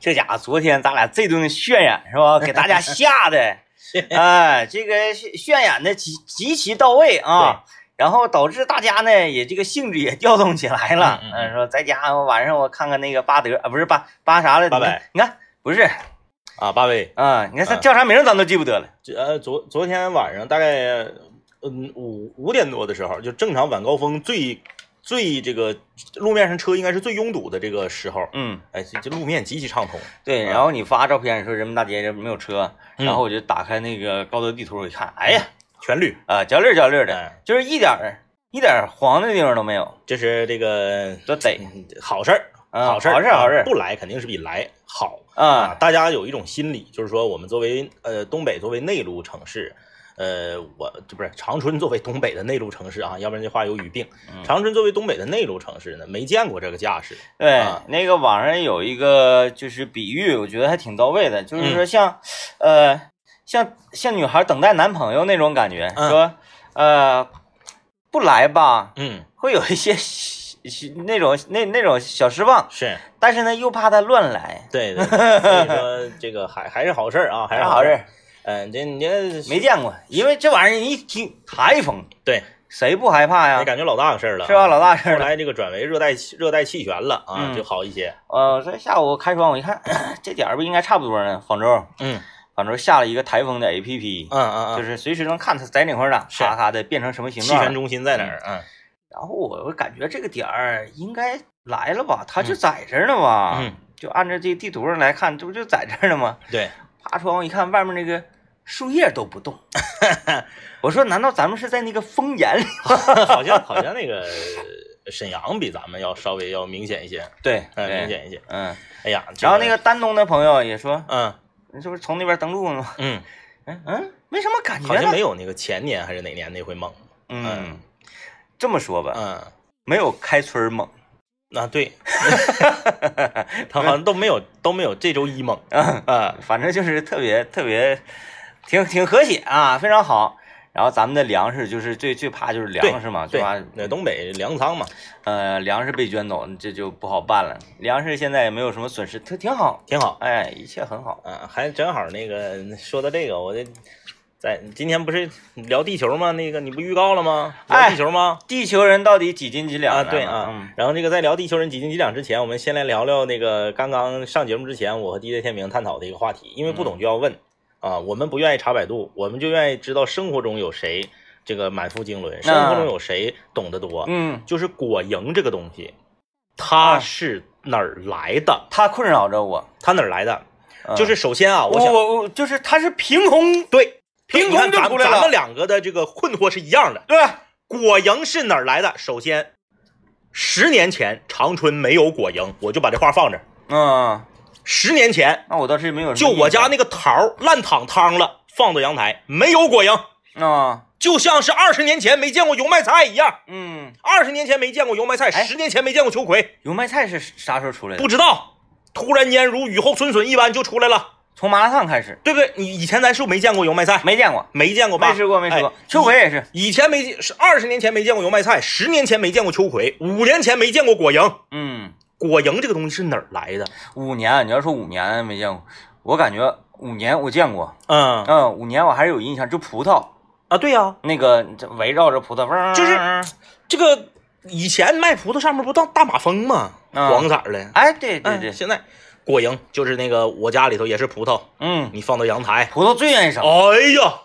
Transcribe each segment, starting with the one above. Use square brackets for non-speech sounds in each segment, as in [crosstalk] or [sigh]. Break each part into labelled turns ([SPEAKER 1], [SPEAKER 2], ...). [SPEAKER 1] 这家伙昨天咱俩这顿渲染是
[SPEAKER 2] [laughs]
[SPEAKER 1] 吧？给大家吓的，哎，这个渲染的极极其到位啊。然后导致大家呢也这个兴致也调动起来了，
[SPEAKER 2] 嗯嗯嗯
[SPEAKER 1] 说在家晚上我看看那个巴德啊，不是巴巴啥来着？
[SPEAKER 2] 八百
[SPEAKER 1] 你看，你看不是
[SPEAKER 2] 啊，八位。
[SPEAKER 1] 啊，你看他
[SPEAKER 2] 嗯
[SPEAKER 1] 叫啥名儿咱都记不得了。嗯
[SPEAKER 2] 这呃，昨昨天晚上大概嗯五五点多的时候，就正常晚高峰最最这个路面上车应该是最拥堵的这个时候，
[SPEAKER 1] 嗯，
[SPEAKER 2] 哎，这这路面极其畅通。
[SPEAKER 1] 对。
[SPEAKER 2] 嗯
[SPEAKER 1] 然后你发照片说人民大街这没有车，
[SPEAKER 2] 嗯
[SPEAKER 1] 然后我就打开那个高德地图我一看，哎呀
[SPEAKER 2] 全绿，
[SPEAKER 1] 啊，焦绿焦绿的，
[SPEAKER 2] 哎
[SPEAKER 1] 就是一点儿一点儿黄的地方都没有，
[SPEAKER 2] 这是这个
[SPEAKER 1] 多贼
[SPEAKER 2] 嗯好事儿，
[SPEAKER 1] 啊
[SPEAKER 2] 好事儿，
[SPEAKER 1] 好事儿好事儿
[SPEAKER 2] 不来肯定是比来好
[SPEAKER 1] 啊！
[SPEAKER 2] 大家有一种心理，就是说我们作为呃东北作为内陆城市，呃，我这不是长春作为东北的内陆城市啊，要不然这话有语病。
[SPEAKER 1] 嗯
[SPEAKER 2] 长春作为东北的内陆城市呢，没见过这个架势。
[SPEAKER 1] 对
[SPEAKER 2] 啊，
[SPEAKER 1] 那个网上有一个就是比喻，我觉得还挺到位的，就是
[SPEAKER 2] 嗯
[SPEAKER 1] 说像，呃，像像女孩等待男朋友那种感觉，
[SPEAKER 2] 嗯
[SPEAKER 1] 说，呃，不来吧，
[SPEAKER 2] 嗯，
[SPEAKER 1] 会有一些 [laughs] 那种那那种小失望，
[SPEAKER 2] 是
[SPEAKER 1] 但是呢又怕他乱来，
[SPEAKER 2] 对
[SPEAKER 1] [laughs]
[SPEAKER 2] 对，对所以说这个还还是好事儿啊，还
[SPEAKER 1] 还
[SPEAKER 2] 是
[SPEAKER 1] 是好
[SPEAKER 2] 事
[SPEAKER 1] 事
[SPEAKER 2] 儿。
[SPEAKER 1] 儿，
[SPEAKER 2] 嗯，这你这
[SPEAKER 1] 没见过，因为这玩意儿你一听台风，
[SPEAKER 2] 对，
[SPEAKER 1] 谁不害怕
[SPEAKER 2] 那
[SPEAKER 1] 呀？
[SPEAKER 2] 感觉老大个事儿了啊，
[SPEAKER 1] 是吧，老大事
[SPEAKER 2] 后
[SPEAKER 1] 儿了。
[SPEAKER 2] 来这个转为热带气热带气旋了啊，
[SPEAKER 1] 嗯
[SPEAKER 2] 就好一些。
[SPEAKER 1] 呃，这下午开窗我一看， [coughs] 这点儿不应该差不多呢。广州，
[SPEAKER 2] 嗯
[SPEAKER 1] 广州下了一个台风的 APP，
[SPEAKER 2] 嗯嗯
[SPEAKER 1] 就
[SPEAKER 2] 嗯，
[SPEAKER 1] 是随时能看它在哪块儿呢，
[SPEAKER 2] 是
[SPEAKER 1] 咔咔的变成什么形
[SPEAKER 2] 气
[SPEAKER 1] 状
[SPEAKER 2] 旋
[SPEAKER 1] 了。
[SPEAKER 2] 中心在哪儿？嗯
[SPEAKER 1] 然后我我感觉这个点儿应该来了吧，它就在这儿呢吧。
[SPEAKER 2] 嗯，
[SPEAKER 1] 就按照这地图上来看，这不就在这儿呢吗？
[SPEAKER 2] 对，
[SPEAKER 1] 爬窗户一看，外面那个树叶都不
[SPEAKER 2] [laughs]
[SPEAKER 1] 动。我说，难道咱们是在那个风眼里？
[SPEAKER 2] 好像好像那个沈阳比咱们要稍微要明显一些，
[SPEAKER 1] 对，
[SPEAKER 2] 嗯，明
[SPEAKER 1] 对，
[SPEAKER 2] 显一些。
[SPEAKER 1] 嗯。
[SPEAKER 2] 哎呀，这
[SPEAKER 1] 然后那个，丹东的朋友也说，
[SPEAKER 2] 嗯
[SPEAKER 1] 你是不是从那边登陆了吗？ [laughs]
[SPEAKER 2] 嗯，
[SPEAKER 1] 嗯嗯，没什么感觉
[SPEAKER 2] 好像
[SPEAKER 1] 了
[SPEAKER 2] 没有那个前年还是哪年那回猛，
[SPEAKER 1] 嗯，这么说吧， [laughs]
[SPEAKER 2] 嗯，
[SPEAKER 1] 没有开春猛。
[SPEAKER 2] 啊对， [laughs] 他好像都没有都没有这周一猛，
[SPEAKER 1] 嗯
[SPEAKER 2] 啊，
[SPEAKER 1] 反正就是特别特别，挺挺和谐啊，非常好。然后咱们的粮食就是最最怕就是粮食嘛，
[SPEAKER 2] 对
[SPEAKER 1] 吧？，
[SPEAKER 2] 那东北粮仓嘛，
[SPEAKER 1] 呃，粮食被卷走，这就不好办了。粮食现在也没有什么损失，挺挺好，
[SPEAKER 2] 挺好。
[SPEAKER 1] 哎，一切很好。
[SPEAKER 2] 嗯，还正好那个说到这个，我这在今天不是聊地球吗？那个你不预告了吗？聊
[SPEAKER 1] 哎
[SPEAKER 2] 地球吗？
[SPEAKER 1] 地球人到底几斤几两
[SPEAKER 2] 啊，
[SPEAKER 1] 呢
[SPEAKER 2] 对啊，
[SPEAKER 1] 嗯
[SPEAKER 2] 然后这个在聊地球人几斤几两之前，我们先来聊聊那个刚刚上节目之前，我和 DJ 天明探讨的一个话题，因为不
[SPEAKER 1] 嗯
[SPEAKER 2] 懂就要问、啊，我们不愿意查百度，我们就愿意知道生活中有谁这个满腹经纶，生活中有谁懂得多，
[SPEAKER 1] 嗯，
[SPEAKER 2] 就是果蝇这个东西，
[SPEAKER 1] 啊
[SPEAKER 2] 它是哪儿来的？
[SPEAKER 1] 他困扰着我，
[SPEAKER 2] 它哪儿来的？
[SPEAKER 1] 嗯
[SPEAKER 2] 就是首先啊，
[SPEAKER 1] 我
[SPEAKER 2] 想
[SPEAKER 1] 我我就是他是凭空，
[SPEAKER 2] 对，
[SPEAKER 1] 凭
[SPEAKER 2] 你看
[SPEAKER 1] 空就
[SPEAKER 2] 咱
[SPEAKER 1] 出来
[SPEAKER 2] 咱
[SPEAKER 1] 了
[SPEAKER 2] 们两个的这个困惑是一样的，
[SPEAKER 1] 对吧，
[SPEAKER 2] 果蝇是哪儿来的？首先，十年前长春没有果蝇，我就把这话放这儿。
[SPEAKER 1] 嗯，
[SPEAKER 2] 十年前，
[SPEAKER 1] 那我倒是没有什
[SPEAKER 2] 就
[SPEAKER 1] 么印象，
[SPEAKER 2] 我家那个桃儿烂躺汤了，放到阳台没有果蝇，
[SPEAKER 1] 那啊，
[SPEAKER 2] 就像是二十年前没见过油麦菜一样。
[SPEAKER 1] 嗯，
[SPEAKER 2] 二十年前没见过油麦菜，
[SPEAKER 1] 哎
[SPEAKER 2] 十年前没见过秋葵，
[SPEAKER 1] 油麦菜是啥时候出来的？
[SPEAKER 2] 不知道，突然间如雨后春笋一般就出来了，
[SPEAKER 1] 从麻辣烫开始，
[SPEAKER 2] 对不对？你以前咱是不是没见过油麦菜？
[SPEAKER 1] 没见过，
[SPEAKER 2] 没见过吧？
[SPEAKER 1] 没吃过，没吃过
[SPEAKER 2] 哎。
[SPEAKER 1] 秋葵也是，
[SPEAKER 2] 以前没见，是二十年前没见过油麦菜，十年前没见过秋葵，五年前没见过果蝇。
[SPEAKER 1] 嗯，
[SPEAKER 2] 果蝇这个东西是哪儿来的？
[SPEAKER 1] 五年，你要说五年没见过，我感觉五年我见过，
[SPEAKER 2] 嗯
[SPEAKER 1] 嗯，五年我还是有印象，就葡萄
[SPEAKER 2] 啊，对呀、
[SPEAKER 1] 那个这围绕着葡萄，嗡
[SPEAKER 2] 就是这个以前卖葡萄上面不当大马蜂吗？
[SPEAKER 1] 嗯
[SPEAKER 2] 黄色儿的。
[SPEAKER 1] 哎，对对
[SPEAKER 2] 哎
[SPEAKER 1] 对，
[SPEAKER 2] 现在果蝇就是那个我家里头也是葡萄，
[SPEAKER 1] 嗯，
[SPEAKER 2] 你放到阳台，
[SPEAKER 1] 葡萄最愿意生
[SPEAKER 2] 哎呀，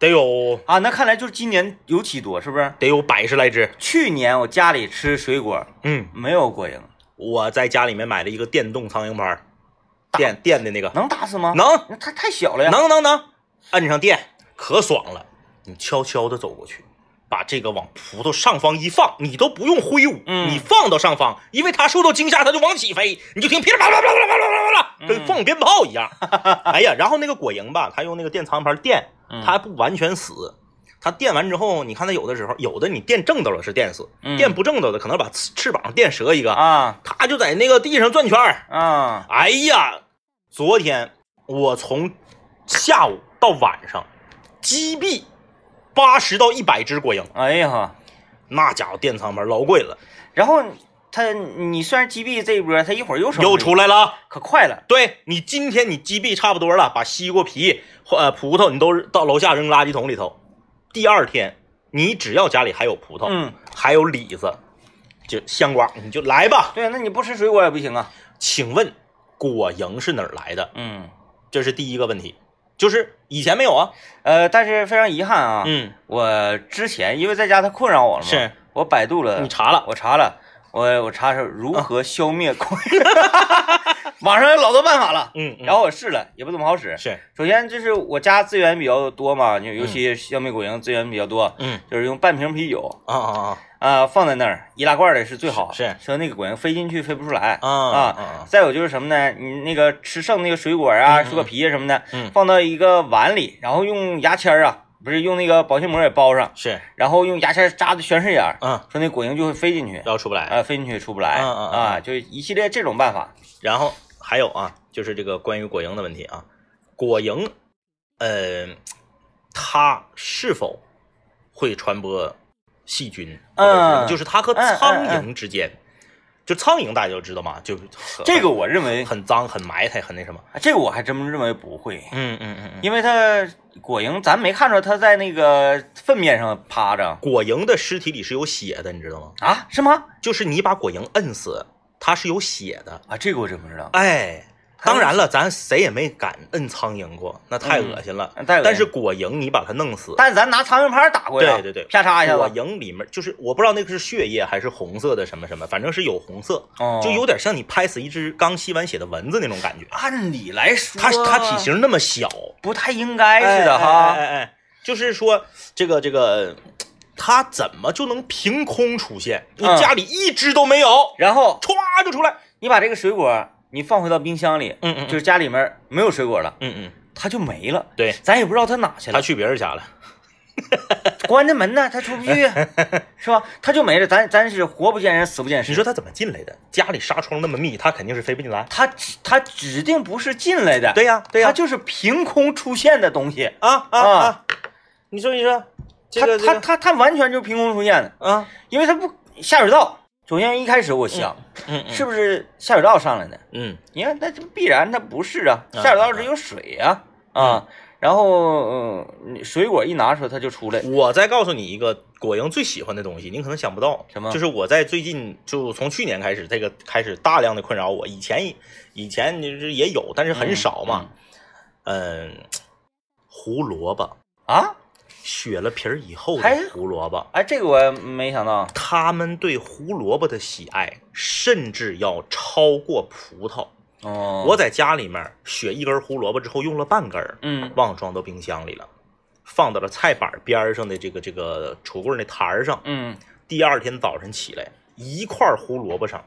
[SPEAKER 2] 得有
[SPEAKER 1] 啊，那看来就是今年尤其多，是不是？
[SPEAKER 2] 得有百十来只。
[SPEAKER 1] 去年我家里吃水果
[SPEAKER 2] 嗯，
[SPEAKER 1] 没有果蝇，
[SPEAKER 2] 我在家里面买了一个电动苍蝇拍儿，电电的那个，
[SPEAKER 1] 能打死吗？
[SPEAKER 2] 能
[SPEAKER 1] 它太小了呀。
[SPEAKER 2] 能能能，摁上电可爽了。你悄悄的走过去，把这个往葡萄上方一放，你都不用挥舞，
[SPEAKER 1] 嗯
[SPEAKER 2] 你放到上方，因为它受到惊吓，它就往起飞，你就听噼里啪啦啪啦啪啦啪啦啪啦，跟放鞭炮一 [laughs] 样。哎呀，然后那个果蝇吧，它用那个电苍盘电，
[SPEAKER 1] 嗯
[SPEAKER 2] 它还不完全死。它电完之后，你看它有的时候，有的你电正到了是电死，
[SPEAKER 1] 嗯
[SPEAKER 2] 电不正到的可能把翅翅膀电折一个，
[SPEAKER 1] 啊
[SPEAKER 2] 它就在那个地上转圈儿，
[SPEAKER 1] 啊，
[SPEAKER 2] 哎呀，昨天我从下午到晚上击毙八十到一百只果蝇，
[SPEAKER 1] 哎呀，
[SPEAKER 2] 那家伙电苍蝇老贵了。
[SPEAKER 1] 然后他你虽然击毙这一波，他一会儿又
[SPEAKER 2] 又出来了。
[SPEAKER 1] 可快了。
[SPEAKER 2] 对你今天你击毙差不多了，把西瓜皮、呃葡萄你都到楼下扔垃圾桶里头。第二天，你只要家里还有葡萄，
[SPEAKER 1] 嗯，
[SPEAKER 2] 还有李子，就香瓜，你就来吧。
[SPEAKER 1] 对，啊那你不吃水果也不行啊。
[SPEAKER 2] 请问果蝇是哪儿来的？
[SPEAKER 1] 嗯，
[SPEAKER 2] 这是第一个问题，就是以前没有啊。
[SPEAKER 1] 呃，但是非常遗憾啊，
[SPEAKER 2] 嗯，
[SPEAKER 1] 我之前因为在家它困扰我了嘛，
[SPEAKER 2] 是
[SPEAKER 1] 我百度了，
[SPEAKER 2] 啊你查啊了，
[SPEAKER 1] 我查了，我我查查如何消灭恐， [laughs] 网上有老多办法了，
[SPEAKER 2] 嗯，嗯
[SPEAKER 1] 然后我试了，也不怎么好使。
[SPEAKER 2] 是，
[SPEAKER 1] 首先就是我家资源比较多嘛，就尤其消灭果蝇资源比较多，
[SPEAKER 2] 嗯
[SPEAKER 1] 就是用半瓶啤酒
[SPEAKER 2] 啊啊
[SPEAKER 1] 啊、放在那儿易拉罐的是最好，
[SPEAKER 2] 是是
[SPEAKER 1] 说那个果蝇飞进去飞不出来
[SPEAKER 2] 啊啊
[SPEAKER 1] 啊
[SPEAKER 2] 啊！
[SPEAKER 1] 再有就是什么呢？你那个吃剩那个水果啊、
[SPEAKER 2] 嗯嗯
[SPEAKER 1] 水果皮啊什么的，
[SPEAKER 2] 嗯
[SPEAKER 1] 放到一个碗里，然后用牙签儿啊，不是用那个保鲜膜也包上，
[SPEAKER 2] 是，
[SPEAKER 1] 然后用牙签扎的全是眼儿，
[SPEAKER 2] 嗯，哎
[SPEAKER 1] 说那果蝇就会飞进去，
[SPEAKER 2] 然后出不来。
[SPEAKER 1] 啊，飞进去也出不来，
[SPEAKER 2] 嗯嗯嗯
[SPEAKER 1] 啊，就一系列这种办法。
[SPEAKER 2] 然后还有啊，就是这个关于果蝇的问题啊，果蝇，呃，它是否会传播细菌？
[SPEAKER 1] 嗯
[SPEAKER 2] 或者是就是它和
[SPEAKER 1] 嗯嗯
[SPEAKER 2] 苍
[SPEAKER 1] 嗯
[SPEAKER 2] 蝇之间，就苍蝇大家都知道嘛，就很
[SPEAKER 1] 这个我认为，
[SPEAKER 2] 很脏、很埋汰、很那什么。
[SPEAKER 1] 这个我还真认为不会，
[SPEAKER 2] 嗯嗯嗯嗯。
[SPEAKER 1] 因为它果蝇咱没看着它在那个粪便上趴着
[SPEAKER 2] 果蝇的尸体里是有血的，你知道吗？
[SPEAKER 1] 啊，是吗？
[SPEAKER 2] 就是你把果蝇摁死，它是有血的。
[SPEAKER 1] 啊，这个我真不知道。
[SPEAKER 2] 哎，
[SPEAKER 1] 它
[SPEAKER 2] 当然了，咱谁也没敢摁苍蝇过，那太恶心了。
[SPEAKER 1] 嗯太恶心
[SPEAKER 2] 但是果蝇你把它弄死，
[SPEAKER 1] 但是咱拿苍蝇拍儿打过呀，
[SPEAKER 2] 对对对
[SPEAKER 1] 啪嚓一下
[SPEAKER 2] 果
[SPEAKER 1] 子，
[SPEAKER 2] 蝇里面就是我不知道那个是血液还是红色的什么什么，反正是有红色，
[SPEAKER 1] 哦
[SPEAKER 2] 就有点像你拍死一只刚吸完血的蚊子那种感觉。
[SPEAKER 1] 按理来说，
[SPEAKER 2] 它它体型那么小，
[SPEAKER 1] 不太应该似的
[SPEAKER 2] 哎哎
[SPEAKER 1] 哈。
[SPEAKER 2] 哎哎哎就是说这个这个，它怎么就能凭空出现？你
[SPEAKER 1] 嗯
[SPEAKER 2] 家里一只都没有，
[SPEAKER 1] 然后
[SPEAKER 2] 歘就出来。
[SPEAKER 1] 你把这个水果你放回到冰箱里，
[SPEAKER 2] 嗯嗯
[SPEAKER 1] 就是家里面没有水果了，
[SPEAKER 2] 嗯嗯，
[SPEAKER 1] 它就没了。
[SPEAKER 2] 对，
[SPEAKER 1] 咱也不知道它哪去
[SPEAKER 2] 它
[SPEAKER 1] 了，
[SPEAKER 2] 去别人家了。
[SPEAKER 1] 关着门呢，它出不
[SPEAKER 2] [laughs]
[SPEAKER 1] 去，啊是吧？它就没了，咱咱是活不见人，死不见尸。
[SPEAKER 2] 你说他怎么进来的？家里纱窗那么密，他肯定是飞不进来。
[SPEAKER 1] 它它指定不是进来的，
[SPEAKER 2] 对呀、对呀、
[SPEAKER 1] 它就是凭空出现的东西。
[SPEAKER 2] 啊啊
[SPEAKER 1] 啊
[SPEAKER 2] 啊！你说你说，这
[SPEAKER 1] 它
[SPEAKER 2] 个
[SPEAKER 1] 它
[SPEAKER 2] 这个
[SPEAKER 1] 它它完全就是凭空出现的，
[SPEAKER 2] 啊，
[SPEAKER 1] 因为它不下水道。首先一开始我想，
[SPEAKER 2] 嗯
[SPEAKER 1] 是不是下水道上来的？
[SPEAKER 2] 嗯
[SPEAKER 1] 你看，那这必然它不是啊，
[SPEAKER 2] 嗯
[SPEAKER 1] 下水道里有水呀、啊，然后嗯、你水果一拿出来它就出来，
[SPEAKER 2] 嗯，我再告诉你一个果蝇最喜欢的东西，您可能想不到
[SPEAKER 1] 什么
[SPEAKER 2] 就是我在最近就从去年开始，这个开始大量的困扰我。以前以前就是也有，但是很少嘛。嗯，胡萝卜
[SPEAKER 1] 啊？
[SPEAKER 2] 削了皮儿以后
[SPEAKER 1] 还
[SPEAKER 2] 的胡萝卜，
[SPEAKER 1] 哎，这个我没想到，
[SPEAKER 2] 他们对胡萝卜的喜爱甚至要超过葡萄。
[SPEAKER 1] 哦，
[SPEAKER 2] 我在家里面削一根胡萝卜之后，用了半根儿，
[SPEAKER 1] 嗯
[SPEAKER 2] 忘装到冰箱里了，放到了菜板边儿上的这个这个橱柜儿那台儿上。
[SPEAKER 1] 嗯
[SPEAKER 2] 第二天早晨起来，一块胡萝卜上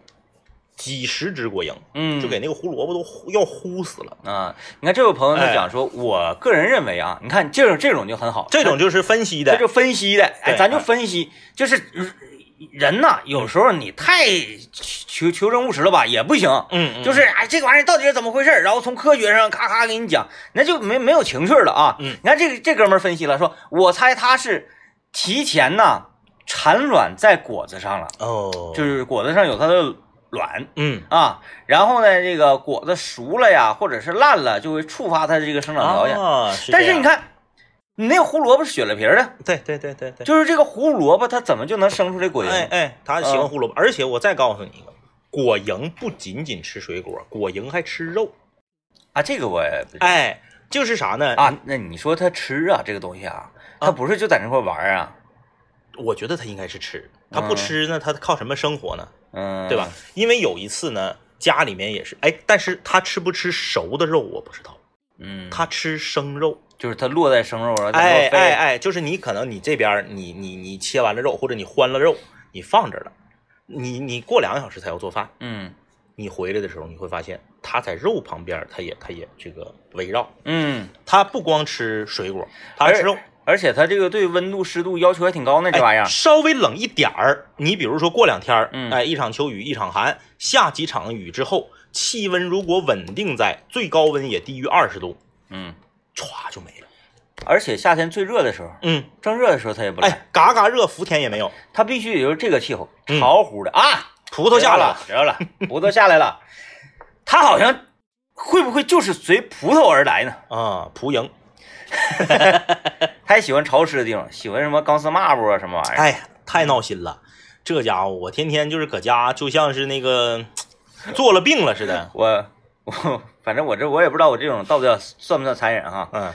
[SPEAKER 2] 几十只果蝇，
[SPEAKER 1] 嗯，
[SPEAKER 2] 就给那个胡萝卜都呼要呼死了。
[SPEAKER 1] 啊，你看这位朋友
[SPEAKER 2] 哎
[SPEAKER 1] 他讲说，我个人认为啊，你看这种这种就很好，
[SPEAKER 2] 这种就是分析
[SPEAKER 1] 他
[SPEAKER 2] 的，
[SPEAKER 1] 就分析的，哎，
[SPEAKER 2] 对嗯
[SPEAKER 1] 咱就分析，就是呃人呐，有时候你太求求证务实了吧，也不行。
[SPEAKER 2] 嗯嗯，
[SPEAKER 1] 就是哎，这个玩意儿到底是怎么回事儿？然后从科学上咔咔给你讲，那就没没有情趣了啊。
[SPEAKER 2] 嗯
[SPEAKER 1] 你看这个这哥们儿分析了，说我猜他是提前呐产卵在果子上了，
[SPEAKER 2] 哦，
[SPEAKER 1] 就是果子上有它的卵
[SPEAKER 2] 嗯
[SPEAKER 1] 啊。然后呢，这个果子熟了呀，或者是烂了，就会触发它的这个生长条件。
[SPEAKER 2] 啊，
[SPEAKER 1] 但是
[SPEAKER 2] 这样
[SPEAKER 1] 你，看，你那胡萝卜是削了皮儿的，
[SPEAKER 2] 对对对对对，
[SPEAKER 1] 就是这个胡萝卜它怎么就能生出这果蝇？
[SPEAKER 2] 哎哎，他喜欢
[SPEAKER 1] 嗯
[SPEAKER 2] 胡萝卜，而且我再告诉你一个。果蝇不仅仅吃水果，果蝇还吃肉。
[SPEAKER 1] 啊，这个我也不知道
[SPEAKER 2] 哎，就是啥呢？
[SPEAKER 1] 啊，那你说它吃啊，这个东西啊，它不是就在那块玩儿啊？
[SPEAKER 2] 我觉得他应该是吃，他不吃那他靠什么生活呢？
[SPEAKER 1] 嗯，
[SPEAKER 2] 对吧？？因为有一次呢，家里面也是，哎，但是他吃不吃熟的肉我不知道，
[SPEAKER 1] 嗯，
[SPEAKER 2] 他吃生肉。
[SPEAKER 1] 就是它落在生肉上，在
[SPEAKER 2] 哎
[SPEAKER 1] 那块
[SPEAKER 2] 哎
[SPEAKER 1] 飞，
[SPEAKER 2] 哎，就是你可能你这边儿你你你切完了肉，或者你欢了肉，你放这儿了，你你过两个小时才要做饭，
[SPEAKER 1] 嗯
[SPEAKER 2] 你回来的时候你会发现，他在肉旁边儿，他也他也这个围绕，
[SPEAKER 1] 嗯，
[SPEAKER 2] 他不光吃水果，他还
[SPEAKER 1] 而
[SPEAKER 2] 吃肉。
[SPEAKER 1] 而且它这个对温度湿度要求还挺高呢，这玩意
[SPEAKER 2] 哎
[SPEAKER 1] 儿，
[SPEAKER 2] 稍微冷一点儿，你比如说过两天儿，
[SPEAKER 1] 嗯
[SPEAKER 2] 哎，一场秋雨一场寒，下几场雨之后，气温如果稳定在最高温也低于二十度，
[SPEAKER 1] 嗯，
[SPEAKER 2] 歘就没了。
[SPEAKER 1] 而且夏天最热的时候，
[SPEAKER 2] 嗯，哎
[SPEAKER 1] 正热的时候它也不来，
[SPEAKER 2] 哎，嘎嘎热，伏天也没有，
[SPEAKER 1] 它必须也就是这个气候，
[SPEAKER 2] 嗯
[SPEAKER 1] 潮乎的啊，
[SPEAKER 2] 葡萄下来
[SPEAKER 1] 了，知道了， [laughs] 葡萄下来了，他好像会不会就是随葡萄而来呢？
[SPEAKER 2] 啊，蒲营，
[SPEAKER 1] 他也喜欢潮湿的地方，喜欢什么钢丝抹布啊，什么玩意儿？
[SPEAKER 2] 哎呀，太闹心了，这家伙我天天就是搁家，就像是那个做了病了似的，
[SPEAKER 1] 我我反正我这我也不知道我这种到底算不算残忍哈。
[SPEAKER 2] 嗯，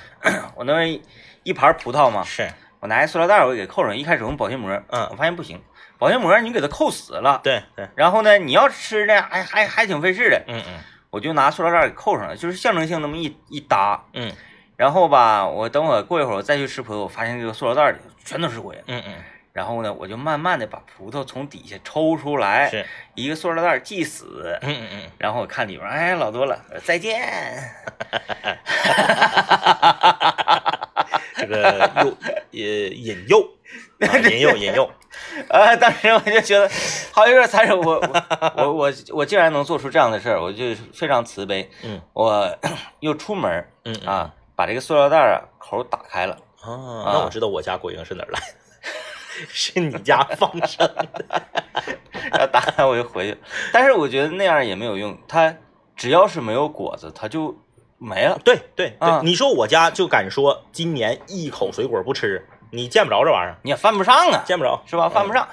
[SPEAKER 1] 我那一一盘葡萄嘛，
[SPEAKER 2] 是，
[SPEAKER 1] 我拿一塑料袋儿我给扣上，一开始我用保鲜膜，
[SPEAKER 2] 嗯
[SPEAKER 1] 我发现不行，保鲜膜你给它扣死了。
[SPEAKER 2] 对对，
[SPEAKER 1] 然后呢，你要吃呢，还还还挺费事的，
[SPEAKER 2] 嗯嗯
[SPEAKER 1] 我就拿塑料袋儿给扣上了，就是象征性那么一一搭。
[SPEAKER 2] 嗯
[SPEAKER 1] 然后吧，我等我过一会儿我再去吃葡萄，我发现这个塑料袋里全都是灰。
[SPEAKER 2] 嗯嗯，
[SPEAKER 1] 然后呢，我就慢慢的把葡萄从底下抽出来，
[SPEAKER 2] 是，
[SPEAKER 1] 一个塑料袋系死。
[SPEAKER 2] 嗯嗯嗯，
[SPEAKER 1] 然后我看里边，哎，老多了，再见。
[SPEAKER 2] 这个 [laughs] 诱呃引诱，啊引诱引诱，
[SPEAKER 1] 啊，当时我就觉得好有点残忍，我我我我我竟然能做出这样的事儿，我就非常慈悲。
[SPEAKER 2] 嗯
[SPEAKER 1] 我 [coughs] 又出门儿
[SPEAKER 2] 嗯嗯
[SPEAKER 1] 啊，把这个塑料袋儿啊口儿打开了，
[SPEAKER 2] 啊，那我知道我家果蝇是哪儿来的， [laughs] 是你家放生的，
[SPEAKER 1] 然后打开我就回去。但是我觉得那样也没有用，它只要是没有果子，它就没了。
[SPEAKER 2] [laughs] 对对
[SPEAKER 1] 啊
[SPEAKER 2] 对，你说我家就敢说今年一口水果不吃，你见不着这玩意儿，
[SPEAKER 1] 你也犯不上啊，
[SPEAKER 2] 见不着，
[SPEAKER 1] 是吧？犯不上。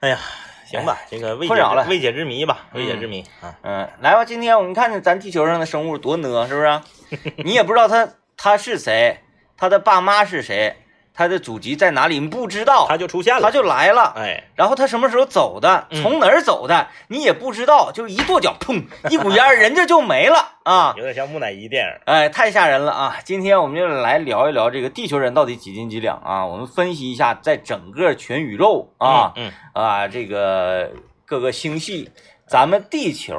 [SPEAKER 2] 哎呀，行吧，这个未解
[SPEAKER 1] 困扰了
[SPEAKER 2] 未解之谜吧，未解之谜啊，
[SPEAKER 1] 嗯，来吧，今天我们看看咱地球上的生物多呢，是不是啊？ [laughs] 你也不知道他他是谁，他的爸妈是谁，他的祖籍在哪里，你不知道，
[SPEAKER 2] 它就出现
[SPEAKER 1] 他
[SPEAKER 2] 了，
[SPEAKER 1] 就来了。
[SPEAKER 2] 哎，
[SPEAKER 1] 然后他什么时候走的，
[SPEAKER 2] 嗯
[SPEAKER 1] 从哪儿走的，你也不知道，就一跺脚，
[SPEAKER 2] [laughs]
[SPEAKER 1] 砰，一股烟儿，人家就没了啊！
[SPEAKER 2] 有点像木乃伊电影，
[SPEAKER 1] 哎，太吓人了啊！今天我们就来聊一聊这个地球人到底几斤几两啊？我们分析一下，在整个全宇宙啊、
[SPEAKER 2] 嗯，
[SPEAKER 1] 啊这个各个星系，咱们地球，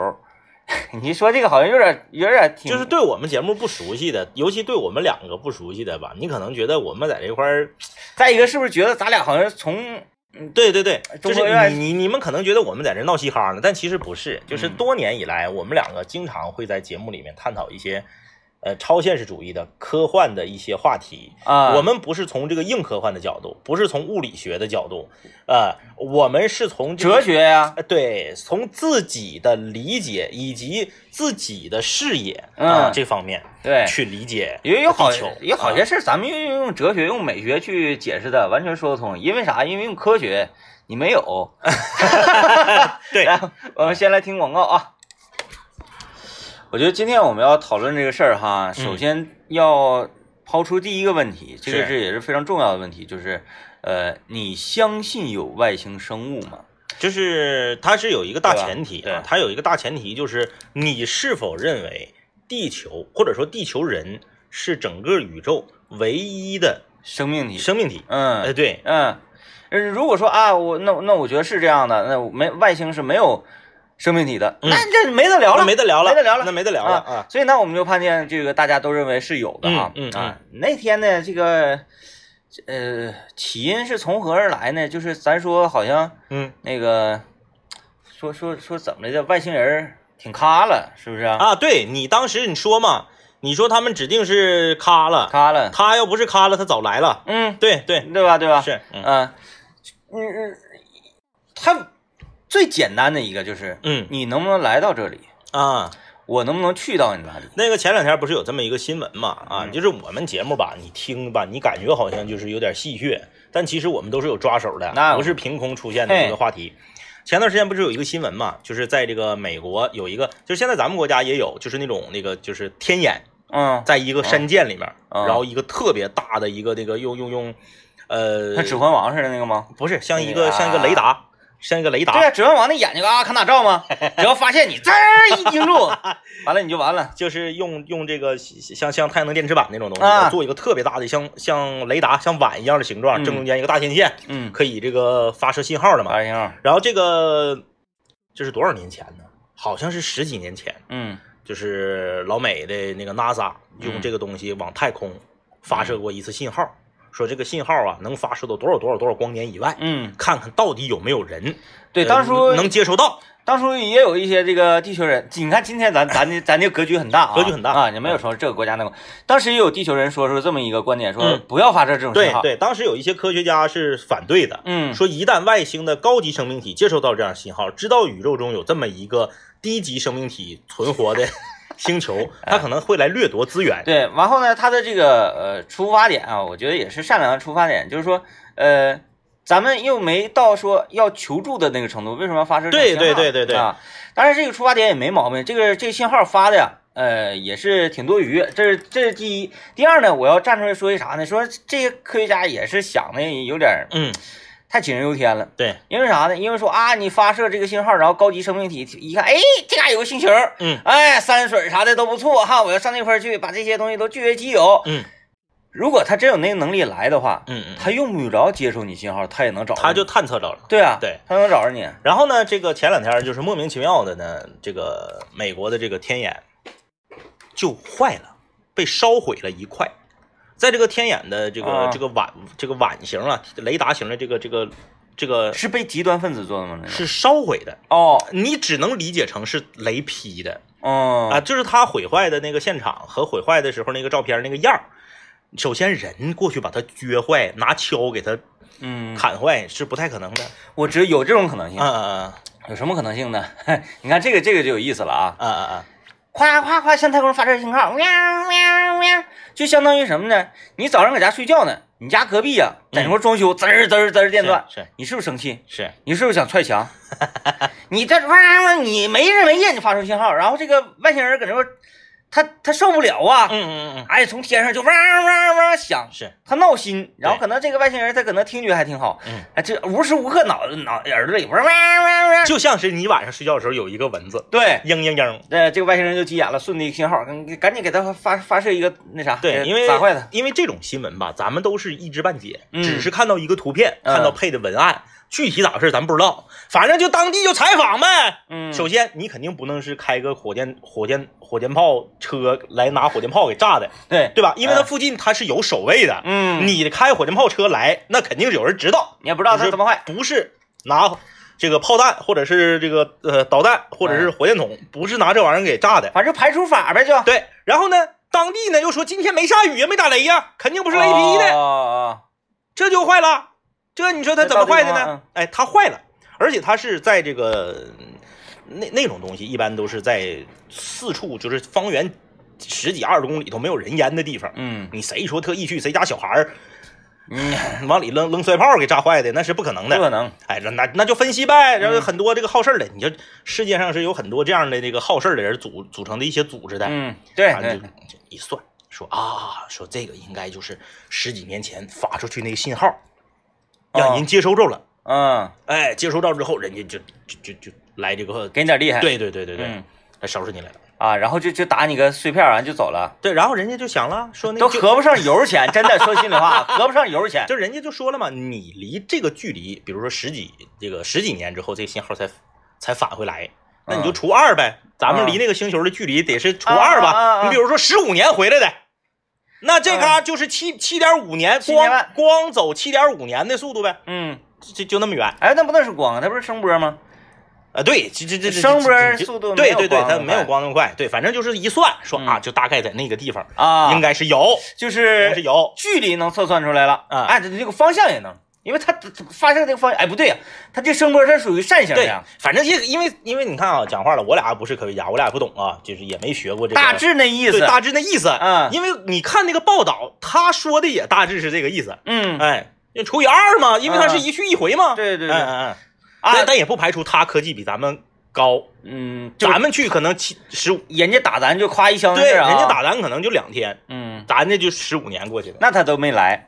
[SPEAKER 1] [laughs] 你说这个好像有点有点挺
[SPEAKER 2] 就是对我们节目不熟悉的，尤其对我们两个不熟悉的吧，你可能觉得我们在这块儿，
[SPEAKER 1] 再一个是不是觉得咱俩好像从
[SPEAKER 2] 对对对，就
[SPEAKER 1] 哎中国院
[SPEAKER 2] 是你你你们可能觉得我们在这闹嘻哈呢，但其实不是，就是
[SPEAKER 1] 嗯
[SPEAKER 2] 多年以来，我们两个经常会在节目里面探讨一些，呃，超现实主义的科幻的一些话题，
[SPEAKER 1] 啊，
[SPEAKER 2] 我们不是从这个硬科幻的角度，不是从物理学的角度，呃，我们是从这个
[SPEAKER 1] 哲，学呀、
[SPEAKER 2] 呃，对，从自己的理解以及自己的视野
[SPEAKER 1] 嗯
[SPEAKER 2] 啊、这方面
[SPEAKER 1] 对，
[SPEAKER 2] 去理解
[SPEAKER 1] 也有好
[SPEAKER 2] 地球
[SPEAKER 1] 有好些
[SPEAKER 2] 啊
[SPEAKER 1] 事儿，咱们用用哲学、用美学去解释的，完全说得通。因为啥？因为用科学，你没有。
[SPEAKER 2] [laughs]
[SPEAKER 1] [laughs]
[SPEAKER 2] 对，
[SPEAKER 1] 然后我们先来听广告啊。我觉得今天我们要讨论这个事儿哈，
[SPEAKER 2] 嗯
[SPEAKER 1] 首先要抛出第一个问题，这个
[SPEAKER 2] 是
[SPEAKER 1] 这也是非常重要的问题，就是呃，你相信有外星生物吗？
[SPEAKER 2] 就是它是有一个大
[SPEAKER 1] 对吧
[SPEAKER 2] 前提
[SPEAKER 1] 对
[SPEAKER 2] 啊，它有一个大前提就是你是否认为地球或者说地球人是整个宇宙唯一的
[SPEAKER 1] 生命体？
[SPEAKER 2] 生命体？哎，
[SPEAKER 1] 嗯
[SPEAKER 2] 对，
[SPEAKER 1] 嗯，呃如果说啊，我那那我觉得是这样的，那我没外星是没有生命体的，
[SPEAKER 2] 嗯
[SPEAKER 1] 那这没得聊了，
[SPEAKER 2] 那没得聊了，
[SPEAKER 1] 没得聊了
[SPEAKER 2] 那没得聊了啊。
[SPEAKER 1] 所以呢，我们就判定这个大家都认为是有的啊，
[SPEAKER 2] 嗯嗯
[SPEAKER 1] 啊。那天呢，这个呃起因是从何而来呢？就是咱说好像
[SPEAKER 2] 嗯
[SPEAKER 1] 那个说说说怎么来着，外星人挺咖了，是不是啊？
[SPEAKER 2] 啊，对你当时你说嘛，你说他们指定是咖了，
[SPEAKER 1] 咖了，
[SPEAKER 2] 他要不是咖了，他早来了。
[SPEAKER 1] 嗯，
[SPEAKER 2] 对对
[SPEAKER 1] 对吧？对吧？
[SPEAKER 2] 是，嗯
[SPEAKER 1] 嗯嗯嗯，他最简单的一个就是，
[SPEAKER 2] 嗯
[SPEAKER 1] 你能不能来到这里，
[SPEAKER 2] 啊。
[SPEAKER 1] 我能不能去到你那里？
[SPEAKER 2] 那个前两天不是有这么一个新闻嘛？啊，就是我们节目吧，你听吧，你感觉好像就是有点戏谑，但其实我们都是有抓手
[SPEAKER 1] 那
[SPEAKER 2] 的，不是凭空出现的这个话题。前段时间不是有一个新闻嘛？就是在这个美国有一个，就是现在咱们国家也有，就是那种那个就是天眼，
[SPEAKER 1] 嗯，
[SPEAKER 2] 在一个山涧里面，
[SPEAKER 1] 嗯
[SPEAKER 2] 然后一个特别大的一个那个用用用，呃，
[SPEAKER 1] 他指环王似的那个吗？
[SPEAKER 2] 不是像一
[SPEAKER 1] 那
[SPEAKER 2] 个
[SPEAKER 1] 个
[SPEAKER 2] 像一个雷达，像一个雷达，
[SPEAKER 1] 对啊，指环王那眼睛啊，看哪照
[SPEAKER 2] [laughs]
[SPEAKER 1] 吗？只要发现你滋儿一盯住，完了你就完了。
[SPEAKER 2] 就是用用这个像像太阳能电池板那种东西，
[SPEAKER 1] 啊
[SPEAKER 2] 做一个特别大的像像雷达像碗一样的形状，
[SPEAKER 1] 嗯
[SPEAKER 2] 正中间一个大天线，
[SPEAKER 1] 嗯，
[SPEAKER 2] 可以这个发射信号的嘛。
[SPEAKER 1] 八星，
[SPEAKER 2] 然后这个这是多少年前呢？好像是十几年前，
[SPEAKER 1] 嗯
[SPEAKER 2] 就是老美的那个 NASA 用
[SPEAKER 1] 嗯
[SPEAKER 2] 这个东西往太空发射过一次信号，说这个信号啊能发射到多少多少多少光年以外，
[SPEAKER 1] 嗯，
[SPEAKER 2] 看看到底有没有人
[SPEAKER 1] 对，
[SPEAKER 2] 呃
[SPEAKER 1] 当初
[SPEAKER 2] 能接收到。
[SPEAKER 1] 当初也有一些这个地球人，你看今天咱咱这咱这格局很大啊，
[SPEAKER 2] 格局很大
[SPEAKER 1] 啊，你没有说这个国家那个，当时也有地球人说出这么一个观点，说不要发射这种
[SPEAKER 2] 对
[SPEAKER 1] 信号，
[SPEAKER 2] 嗯对，当时有一些科学家是反对的，
[SPEAKER 1] 嗯，
[SPEAKER 2] 说一旦外星的高级生命体接收到这样信号，知道宇宙中有这么一个低级生命体存活的 [laughs] 星 [laughs] 球，它可能会来掠夺资源。
[SPEAKER 1] 对，然后呢，他的这个呃出发点啊，我觉得也是善良的出发点，就是说呃，咱们又没到说要求助的那个程度，为什么要发射这种
[SPEAKER 2] 对
[SPEAKER 1] 信号？
[SPEAKER 2] 对对对对
[SPEAKER 1] 啊！当然这个出发点也没毛病，这个这个信号发的呀。呃，也是挺多余，这是这是第一。第二呢，我要站出来说一啥呢？说这些科学家也是想的有点儿
[SPEAKER 2] 嗯，
[SPEAKER 1] 太杞人忧天了。
[SPEAKER 2] 对，
[SPEAKER 1] 因为啥呢？因为说啊，你发射这个信号，然后高级生命体一看，哎，这嘎有个星球，
[SPEAKER 2] 嗯，
[SPEAKER 1] 哎，山水啥的都不错哈，我要上那块儿去，把这些东西都据为己有。
[SPEAKER 2] 嗯
[SPEAKER 1] 如果他真有那个能力来的话，
[SPEAKER 2] 嗯嗯，
[SPEAKER 1] 他用不着接收你信号，他也能找着你。
[SPEAKER 2] 他就探测着了。
[SPEAKER 1] 对啊，
[SPEAKER 2] 对，
[SPEAKER 1] 他能找着你。
[SPEAKER 2] 然后呢，这个前两天就是莫名其妙的呢，这个美国的这个天眼就坏了，被烧毁了一块。在这个天眼的这个、
[SPEAKER 1] 啊
[SPEAKER 2] 这个碗这个碗形啊，雷达型的这个这个这个
[SPEAKER 1] 是被极端分子做的吗？那个
[SPEAKER 2] 是烧毁的，
[SPEAKER 1] 哦，
[SPEAKER 2] 你只能理解成是雷劈的
[SPEAKER 1] 嗯
[SPEAKER 2] 啊，就是他毁坏的那个现场和毁坏的时候那个照片那个样儿。首先，人过去把它撅坏，拿锹给它
[SPEAKER 1] 嗯，
[SPEAKER 2] 砍坏是不太可能的。
[SPEAKER 1] 我只有这种可能性，
[SPEAKER 2] 啊啊
[SPEAKER 1] 有什么可能性呢？ [laughs] 你看这个这个就有意思了啊。
[SPEAKER 2] 啊啊啊！
[SPEAKER 1] 夸夸夸向太空发射信号，喵喵喵，就相当于什么呢？你早上搁家睡觉呢，你家隔壁呀、在那块装修，滋儿滋儿滋儿电钻，
[SPEAKER 2] 是
[SPEAKER 1] 你是不是生气？
[SPEAKER 2] 是
[SPEAKER 1] 你是不是想踹墙？你这哇哇，你没日没夜你发出信号，然后这个外星人搁那块，他他受不了啊！
[SPEAKER 2] 嗯嗯嗯
[SPEAKER 1] 哎，从天上就哇哇哇响
[SPEAKER 2] 嗯，，是
[SPEAKER 1] 他闹心，然后可能这个外星人他可能听觉还挺好，
[SPEAKER 2] 嗯，
[SPEAKER 1] 哎，这无时无刻脑脑耳朵里边哇哇哇，
[SPEAKER 2] 就像是你晚上睡觉的时候有一个蚊子，
[SPEAKER 1] 对，
[SPEAKER 2] 嘤嘤嘤。
[SPEAKER 1] 呃，这个外星人就急眼了，顺着一个信号，赶赶紧给他发发射一个那啥，
[SPEAKER 2] 对，
[SPEAKER 1] 给
[SPEAKER 2] 因为
[SPEAKER 1] 砸哎坏他。
[SPEAKER 2] 因为这种新闻吧，咱们都是一知半解，
[SPEAKER 1] 嗯
[SPEAKER 2] 只是看到一个图片，
[SPEAKER 1] 嗯
[SPEAKER 2] 看到配的文案，具体咋回事咱不知道，反正就当地就采访呗。
[SPEAKER 1] 嗯，
[SPEAKER 2] 首先，你肯定不能是开个火箭、火箭、火箭炮车来拿火箭炮给炸的，
[SPEAKER 1] 对，
[SPEAKER 2] 对吧？因为它
[SPEAKER 1] 嗯
[SPEAKER 2] 附近它是有守卫的，
[SPEAKER 1] 嗯，
[SPEAKER 2] 你开火箭炮车来，那肯定是有人知道，
[SPEAKER 1] 你也不知道他怎么坏，
[SPEAKER 2] 不是拿这个炮弹或者是这个呃导弹或者是火箭筒，不是拿这玩意儿给炸的。
[SPEAKER 1] 反正排除法呗就。
[SPEAKER 2] 对，然后呢，当地呢又说今天没下雨呀，没打雷呀，肯定不
[SPEAKER 1] 不
[SPEAKER 2] 是雷劈的，
[SPEAKER 1] 哦
[SPEAKER 2] 这就坏了。这你说它怎么坏的
[SPEAKER 1] 这到底啊吗
[SPEAKER 2] 呢？哎，它坏了，而且它是在这个嗯那那种东西，一般都是在四处就是方圆十几二十公里都没有人烟的地方。
[SPEAKER 1] 嗯
[SPEAKER 2] 你谁说特意去谁家小孩儿
[SPEAKER 1] 嗯，
[SPEAKER 2] 往里扔扔摔炮给炸坏的，那是不可能
[SPEAKER 1] 不
[SPEAKER 2] 的。
[SPEAKER 1] 可能。
[SPEAKER 2] 哎，那那那就分析呗。然后有
[SPEAKER 1] 嗯
[SPEAKER 2] 很多这个好事儿的，你就世界上是有很多这样的这个好事儿的人组组成的一些组织的。
[SPEAKER 1] 嗯，对
[SPEAKER 2] 啊，就
[SPEAKER 1] 对，
[SPEAKER 2] 就一算，说啊，说这个应该就是十几年前发出去那个信号，
[SPEAKER 1] 啊
[SPEAKER 2] 让人接收着了。
[SPEAKER 1] 嗯，
[SPEAKER 2] 哎，接收到之后，人家就就就就来这个，
[SPEAKER 1] 给你点厉害。
[SPEAKER 2] 对对对对对
[SPEAKER 1] 哎嗯，
[SPEAKER 2] 来收拾你来了。
[SPEAKER 1] 啊，然后就就打你个碎片，完就走了，
[SPEAKER 2] 对，然后人家就想了，说那
[SPEAKER 1] 都
[SPEAKER 2] 就
[SPEAKER 1] 合不上油钱。真的，说心里话，合不上油钱。
[SPEAKER 2] [laughs] 就人家就说了嘛，你离这个距离，比如说十几这个十几年之后，这个信号才才返回来，那你就
[SPEAKER 1] 嗯
[SPEAKER 2] 除二呗。咱们
[SPEAKER 1] 嗯
[SPEAKER 2] 离那个星球的距离得是除二吧。
[SPEAKER 1] 啊啊啊啊
[SPEAKER 2] 你比如说十五年回来的，那
[SPEAKER 1] 嗯
[SPEAKER 2] 这嘎就是七七点五年，
[SPEAKER 1] 7.5
[SPEAKER 2] 光光走七点五年的速度呗，
[SPEAKER 1] 嗯，
[SPEAKER 2] 就就那么远。
[SPEAKER 1] 哎，那不那是光啊，那不是声波吗？
[SPEAKER 2] 啊，对，这这这这
[SPEAKER 1] 声波
[SPEAKER 2] 这这
[SPEAKER 1] 速度没
[SPEAKER 2] 对
[SPEAKER 1] 有
[SPEAKER 2] 对对，
[SPEAKER 1] 光那
[SPEAKER 2] 它
[SPEAKER 1] 么
[SPEAKER 2] 没有
[SPEAKER 1] 快
[SPEAKER 2] 光那么快，对，反正就是一算说啊，
[SPEAKER 1] 嗯
[SPEAKER 2] 就大概在那个地方
[SPEAKER 1] 啊，
[SPEAKER 2] 应该是有，
[SPEAKER 1] 就
[SPEAKER 2] 应
[SPEAKER 1] 是
[SPEAKER 2] 该是有，
[SPEAKER 1] 距离能测算出来了，
[SPEAKER 2] 啊
[SPEAKER 1] 哎，这个方向也能，因为它它发射这个方向，哎，不对呀、它这声波它属于扇形的
[SPEAKER 2] 对
[SPEAKER 1] 呀，，
[SPEAKER 2] 反正也因为因为你看啊，讲话了，我俩不是科学家，我俩也不懂啊，就是也没学过这个
[SPEAKER 1] 大致那意
[SPEAKER 2] 对
[SPEAKER 1] 思。
[SPEAKER 2] 大致那意思。
[SPEAKER 1] 嗯
[SPEAKER 2] 因为你看那个报道，他说的也大致是这个意思。
[SPEAKER 1] 嗯，
[SPEAKER 2] 哎，就除以二嘛，因为它
[SPEAKER 1] 嗯
[SPEAKER 2] 是一去一回嘛。
[SPEAKER 1] 对对对
[SPEAKER 2] 嗯嗯嗯。
[SPEAKER 1] 啊
[SPEAKER 2] 但，但也不排除他科技比咱们高，
[SPEAKER 1] 嗯，就
[SPEAKER 2] 咱们去可能七十五，
[SPEAKER 1] 人家打咱就夸一枪的
[SPEAKER 2] 对，
[SPEAKER 1] 事儿
[SPEAKER 2] 人
[SPEAKER 1] 啊，
[SPEAKER 2] 家打咱可能就两天，
[SPEAKER 1] 嗯，
[SPEAKER 2] 咱这就十五年过去了。
[SPEAKER 1] 那他都没
[SPEAKER 2] [laughs]
[SPEAKER 1] 来，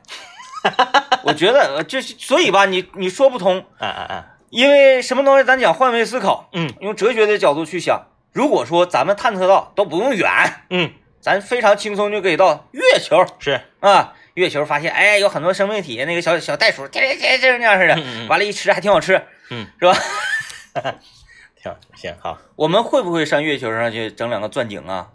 [SPEAKER 1] 我觉得呃就是所以吧，你你说不通，
[SPEAKER 2] 嗯嗯嗯，
[SPEAKER 1] 因为什么东西咱讲换位思考，
[SPEAKER 2] 嗯，
[SPEAKER 1] 用哲学的角度去想，如果说咱们探测到都不用远，
[SPEAKER 2] 嗯，
[SPEAKER 1] 咱非常轻松就可以到月球，
[SPEAKER 2] 是，
[SPEAKER 1] 啊，月球发现，哎，有很多生命体，那个小小袋鼠，这这这那样似
[SPEAKER 2] 嗯
[SPEAKER 1] 的，
[SPEAKER 2] 嗯
[SPEAKER 1] 完了，一吃还挺好吃，
[SPEAKER 2] 嗯，
[SPEAKER 1] 是吧？
[SPEAKER 2] [laughs] 挺好行好。
[SPEAKER 1] 我们会不会上月球上去整两个钻井啊？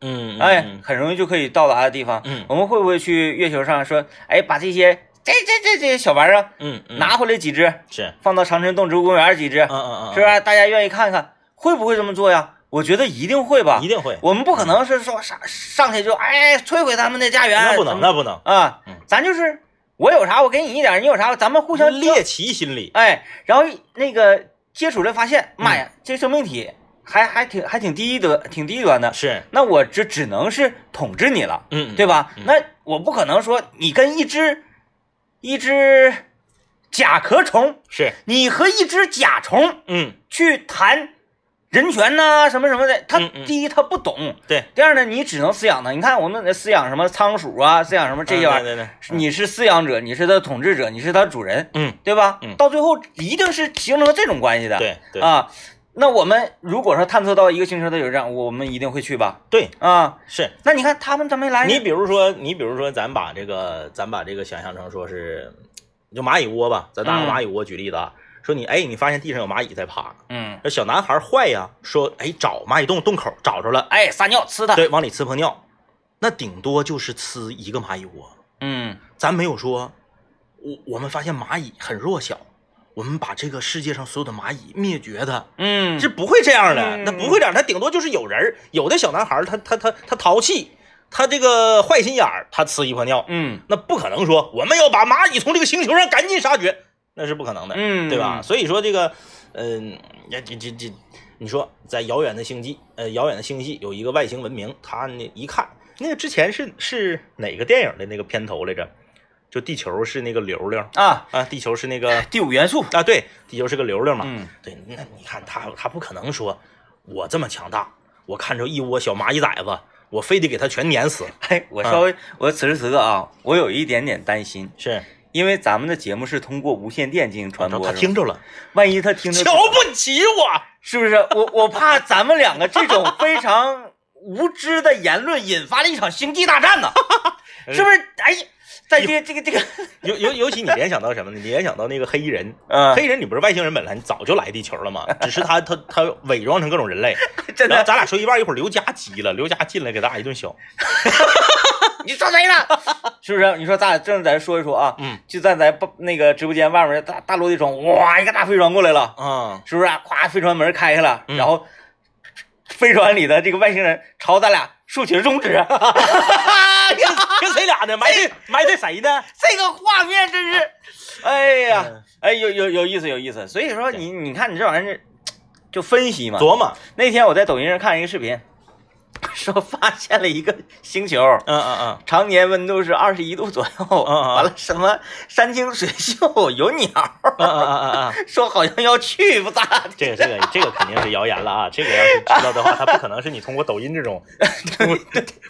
[SPEAKER 2] 嗯，嗯
[SPEAKER 1] 哎
[SPEAKER 2] 嗯，
[SPEAKER 1] 很容易就可以到达的地方。
[SPEAKER 2] 嗯
[SPEAKER 1] 我们会不会去月球上说，哎，把这些这这这这小玩意儿
[SPEAKER 2] 嗯，嗯
[SPEAKER 1] 拿回来几只，
[SPEAKER 2] 是，
[SPEAKER 1] 放到长春动植物公园几只
[SPEAKER 2] 嗯，嗯嗯，
[SPEAKER 1] 是不是？大家愿意看看会不会这么做呀？我觉得一定会吧
[SPEAKER 2] 嗯？一。定会，
[SPEAKER 1] 我们不可能是说上上去就哎摧毁他们的家园，
[SPEAKER 2] 那不能，
[SPEAKER 1] 怎么
[SPEAKER 2] 那不能，
[SPEAKER 1] 啊
[SPEAKER 2] 嗯，
[SPEAKER 1] 咱就是我有啥我给你一点儿，你有啥咱们互相交
[SPEAKER 2] 猎奇心理，
[SPEAKER 1] 哎，然后那个接触了发现，
[SPEAKER 2] 嗯
[SPEAKER 1] 妈呀，这生命体还还挺还挺低端，挺低端的。
[SPEAKER 2] 是，
[SPEAKER 1] 那我这只能是统治你了，
[SPEAKER 2] 嗯，
[SPEAKER 1] 对吧？
[SPEAKER 2] 嗯
[SPEAKER 1] 那我不可能说你跟一只一只甲壳虫，
[SPEAKER 2] 是，
[SPEAKER 1] 你和一只甲虫
[SPEAKER 2] 嗯，
[SPEAKER 1] 去谈人权呐、什么什么的，它
[SPEAKER 2] 嗯嗯
[SPEAKER 1] 第一它不懂，
[SPEAKER 2] 对，
[SPEAKER 1] 第二呢，你只能饲养它。你看我们得饲养什么仓鼠啊，饲养什么这些玩意
[SPEAKER 2] 嗯
[SPEAKER 1] 儿，
[SPEAKER 2] 对对对，嗯
[SPEAKER 1] 你是饲养者，你是它的统治者，你是它主人，
[SPEAKER 2] 嗯，
[SPEAKER 1] 对吧？
[SPEAKER 2] 嗯
[SPEAKER 1] 到最后一定是形成这种关系的。
[SPEAKER 2] 对对
[SPEAKER 1] 啊，那我们如果说探测到一个星球的有这样，我们一定会去吧？
[SPEAKER 2] 对
[SPEAKER 1] 啊，
[SPEAKER 2] 是。
[SPEAKER 1] 那你看他们咋没来呢？
[SPEAKER 2] 你比如说，你比如说，咱把这个，咱把这个想象成说是，就蚂蚁窝吧，咱拿
[SPEAKER 1] 嗯
[SPEAKER 2] 个蚂蚁窝举例子啊，说你哎，你发现地上有蚂蚁在爬，
[SPEAKER 1] 嗯，
[SPEAKER 2] 这小男孩坏呀，说哎找蚂蚁洞洞口找着了，
[SPEAKER 1] 哎，撒尿吃它。
[SPEAKER 2] 对，往里呲泡尿，那顶多就是呲一个蚂蚁窝，
[SPEAKER 1] 嗯
[SPEAKER 2] 咱没有说，我我们发现蚂蚁很弱小，我们把这个世界上所有的蚂蚁灭绝它。
[SPEAKER 1] 嗯，
[SPEAKER 2] 是不会这样的，
[SPEAKER 1] 嗯
[SPEAKER 2] 那不会这样，他顶多就是有人儿有的小男孩儿他他他他淘气，他这个坏心眼儿，他呲一泡尿，
[SPEAKER 1] 嗯
[SPEAKER 2] 那不可能说我们要把蚂蚁从这个星球上赶尽杀绝，那是不可能的，
[SPEAKER 1] 嗯，
[SPEAKER 2] 对吧？？所以说这个，嗯、这这这这，你说在遥远的星际，呃，遥远的星系有一个外星文明，他那一看，那个之前是是哪个电影的那个片头来着？就地球是那个流流
[SPEAKER 1] 啊，
[SPEAKER 2] 啊，地球是那个
[SPEAKER 1] 第五元素。 [laughs]
[SPEAKER 2] 啊，对，地球是个流流嘛，
[SPEAKER 1] 嗯
[SPEAKER 2] 对，那你看他，他不可能说我这么强大，我看着一窝小蚂蚁崽子，我非得给他全碾死。
[SPEAKER 1] 嘿，哎我稍
[SPEAKER 2] 嗯
[SPEAKER 1] 微，我此时此刻啊，我有一点点担心，
[SPEAKER 2] 是，
[SPEAKER 1] 因为咱们的节目是通过无线电进行传
[SPEAKER 2] 他
[SPEAKER 1] 播
[SPEAKER 2] 啊他
[SPEAKER 1] 的，
[SPEAKER 2] 听着了，
[SPEAKER 1] 万一他听着
[SPEAKER 2] [laughs] 瞧不起我。
[SPEAKER 1] 是不是？我我怕咱们两个这种非常无知的言论引发了一场星际大战呢，是不是？哎，在这这个这个，
[SPEAKER 2] [laughs] 尤尤尤其你联想到什么呢？你联想到那个黑衣人，
[SPEAKER 1] 嗯
[SPEAKER 2] 黑衣人你不是外星人本来你早就来地球了吗？只是他他他伪装成各种人 [laughs] 类。
[SPEAKER 1] [laughs] 真
[SPEAKER 2] 然后
[SPEAKER 1] 的，
[SPEAKER 2] 咱俩说一半，一会儿刘佳急了，刘佳进来给咱俩一顿削。
[SPEAKER 1] 你说谁呢？是不是？你说咱俩正在说一说啊，
[SPEAKER 2] 嗯
[SPEAKER 1] 就站在不那个直播间外面大大落地窗，哇，一个大飞船过来了，
[SPEAKER 2] 啊，
[SPEAKER 1] 是不是、啊？咵，飞船门开开了，
[SPEAKER 2] 嗯
[SPEAKER 1] 然后飞船里的这个外星人朝咱俩竖起了中指， [laughs] 哎呀，
[SPEAKER 2] [laughs] 跟谁俩呢？埋汰埋汰谁呢？
[SPEAKER 1] 这个画面真是， [laughs] 哎呀。
[SPEAKER 2] 嗯
[SPEAKER 1] 哎，有有有意思，有意思。所以说你你看你这玩意儿，就分析嘛。
[SPEAKER 2] [laughs] 琢磨，
[SPEAKER 1] 那天我在抖音上看一个视频，说发现了一个星球，
[SPEAKER 2] 嗯嗯嗯，
[SPEAKER 1] 常年温度是二十一度左右，
[SPEAKER 2] 嗯
[SPEAKER 1] [laughs]
[SPEAKER 2] 嗯
[SPEAKER 1] 完了什么山清水秀，有鸟，
[SPEAKER 2] 嗯嗯嗯嗯嗯。
[SPEAKER 1] [laughs] 说好像要去，不咋的。
[SPEAKER 2] 这个这个这个肯定是谣言了啊！这个要是知道的话，他不可能是你通过抖音这 [laughs] 种，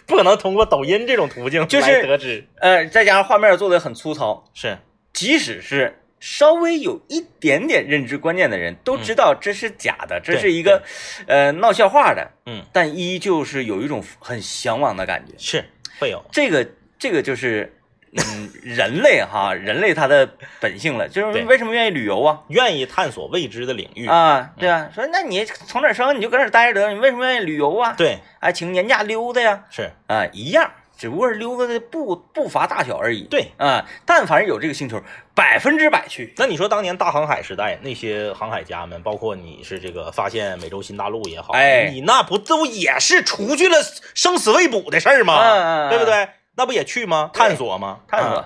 [SPEAKER 2] 不可能通过抖音这种途径
[SPEAKER 1] 就是
[SPEAKER 2] 来得知。
[SPEAKER 1] 呃，再加上画面做的很粗糙，
[SPEAKER 2] 是，
[SPEAKER 1] 即使是稍微有一点点认知观念的人，都知道这是假的，这是一个呃闹笑话的，
[SPEAKER 2] 嗯，
[SPEAKER 1] 但依旧是有一种很向往的感觉。
[SPEAKER 2] 是会有，
[SPEAKER 1] 这个这个就是，嗯， [laughs] 人类哈，人类他的本性了，就是
[SPEAKER 2] 对嗯
[SPEAKER 1] 为什么愿意旅游啊？
[SPEAKER 2] 愿意探索未知的领域。
[SPEAKER 1] 啊，对吧？说那你从哪儿生你就搁哪儿待着得，你为什么愿意旅游啊？，
[SPEAKER 2] [laughs] 对，
[SPEAKER 1] 哎，请年假溜达呀，
[SPEAKER 2] 是，
[SPEAKER 1] 啊，一样，只不过是溜达的步步伐大小而已。，
[SPEAKER 2] 对。
[SPEAKER 1] 啊，但凡有这个星球，百分之百去。
[SPEAKER 2] 那你说当年大航海时代，那些航海家们，包括你是这个发现美洲新大陆也好，
[SPEAKER 1] 哎
[SPEAKER 2] 你那不都也是除去了生死未卜的事儿吗？
[SPEAKER 1] 嗯嗯嗯
[SPEAKER 2] 对不对？那不也去吗？探索吗？
[SPEAKER 1] 探索
[SPEAKER 2] 嗯。。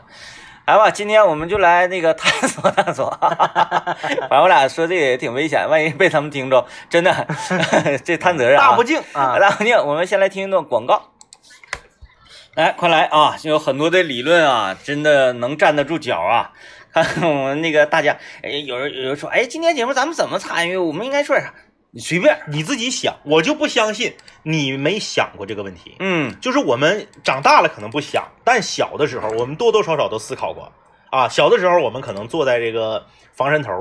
[SPEAKER 1] 来吧，今天我们就来那个探索探
[SPEAKER 2] [laughs]
[SPEAKER 1] 索。反正我俩说这个也挺危险，万一被他们听着，真
[SPEAKER 2] [laughs]
[SPEAKER 1] 的这摊责任、啊。
[SPEAKER 2] 大不敬啊
[SPEAKER 1] 大不敬。我们先来听一段广告。来，快来啊！有很多的理论啊，真的能站得住脚啊。看看我们那个大家，哎，有人有人说，哎，今天节目咱们怎么参与？我们应该说啥？你随便。
[SPEAKER 2] 你自己想，我就不相信你没想过这个问题。
[SPEAKER 1] 嗯
[SPEAKER 2] 就是我们长大了可能不想，但小的时候我们多多少少都思考过啊。小的时候我们可能坐在这个房山头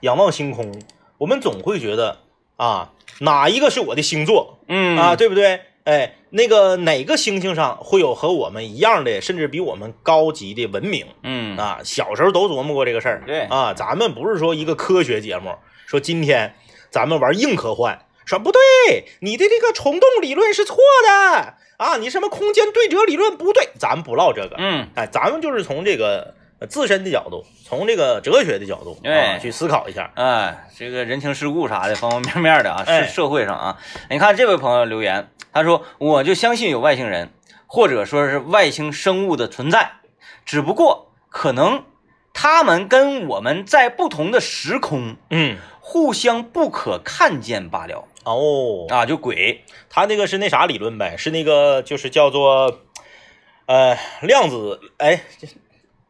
[SPEAKER 2] 仰望星空，我们总会觉得啊，哪一个是我的星座
[SPEAKER 1] 嗯
[SPEAKER 2] 啊，对不对？哎，那个哪个星星上会有和我们一样的，甚至比我们高级的文明
[SPEAKER 1] 嗯
[SPEAKER 2] 啊？小时候都琢磨过这个事儿。
[SPEAKER 1] 对
[SPEAKER 2] 啊，咱们不是说一个科学节目，说今天咱们玩硬科幻，说不对，你的这个虫洞理论是错的啊，你什么空间对折理论不对，咱们不唠这个，
[SPEAKER 1] 嗯
[SPEAKER 2] 哎，咱们就是从这个呃自身的角度，从这个哲学的角度啊
[SPEAKER 1] 对
[SPEAKER 2] 去思考一下。
[SPEAKER 1] 哎，这个人情世故啥的，方方面面的啊，
[SPEAKER 2] 哎
[SPEAKER 1] 社社会上啊，你看这位朋友留言，他说我就相信有外星人，或者说是外星生物的存在，只不过可能他们跟我们在不同的时空，
[SPEAKER 2] 嗯，
[SPEAKER 1] 互相不可看见罢了
[SPEAKER 2] 哦，
[SPEAKER 1] 啊，就鬼
[SPEAKER 2] 他那个是那啥理论呗，是那个就是叫做呃量子哎这是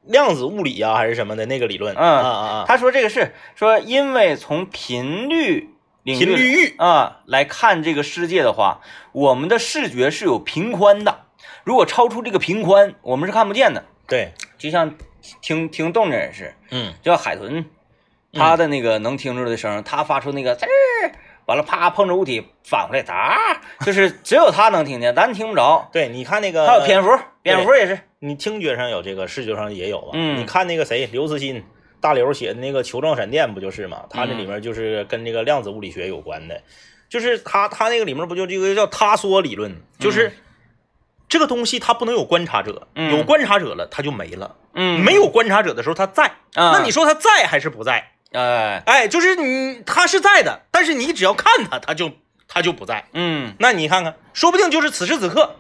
[SPEAKER 2] 量子物理啊还是什么的那个理论。
[SPEAKER 1] 嗯
[SPEAKER 2] 啊啊啊，
[SPEAKER 1] 他说这个是说，因为从频率领
[SPEAKER 2] 频率域
[SPEAKER 1] 啊、来看这个世界的话，我们的视觉是有频宽的，如果超出这个频宽，我们是看不见的。
[SPEAKER 2] 对，
[SPEAKER 1] 就像听听动静也是，
[SPEAKER 2] 嗯
[SPEAKER 1] 就像海豚，它的那个能听出来的声儿，它发出那个滋儿，完了啪碰着物体返回来，哒，就是只有它能听见，咱听不着。
[SPEAKER 2] 对，你看那个
[SPEAKER 1] 还有蝙蝠，蝙蝠也是，
[SPEAKER 2] 你听觉上有这个，视觉上也有啊。
[SPEAKER 1] 嗯
[SPEAKER 2] 你看那个谁，刘慈欣，大刘写的那个《球状闪电》不就是吗？他
[SPEAKER 1] 嗯
[SPEAKER 2] 这里面就是跟这个量子物理学有关的，就是他他那个里面不就这个叫他说理论，
[SPEAKER 1] 嗯
[SPEAKER 2] 就是。这个东西它不能有观察者，
[SPEAKER 1] 嗯
[SPEAKER 2] 有观察者了它就没了，
[SPEAKER 1] 嗯，
[SPEAKER 2] 没有观察者的时候它在，
[SPEAKER 1] 啊
[SPEAKER 2] 那你说它在还是不在？
[SPEAKER 1] 哎，
[SPEAKER 2] 哎，就是你它是在的，但是你只要看它，它就它就不在。
[SPEAKER 1] 嗯
[SPEAKER 2] 那你看看，说不定就是此时此刻，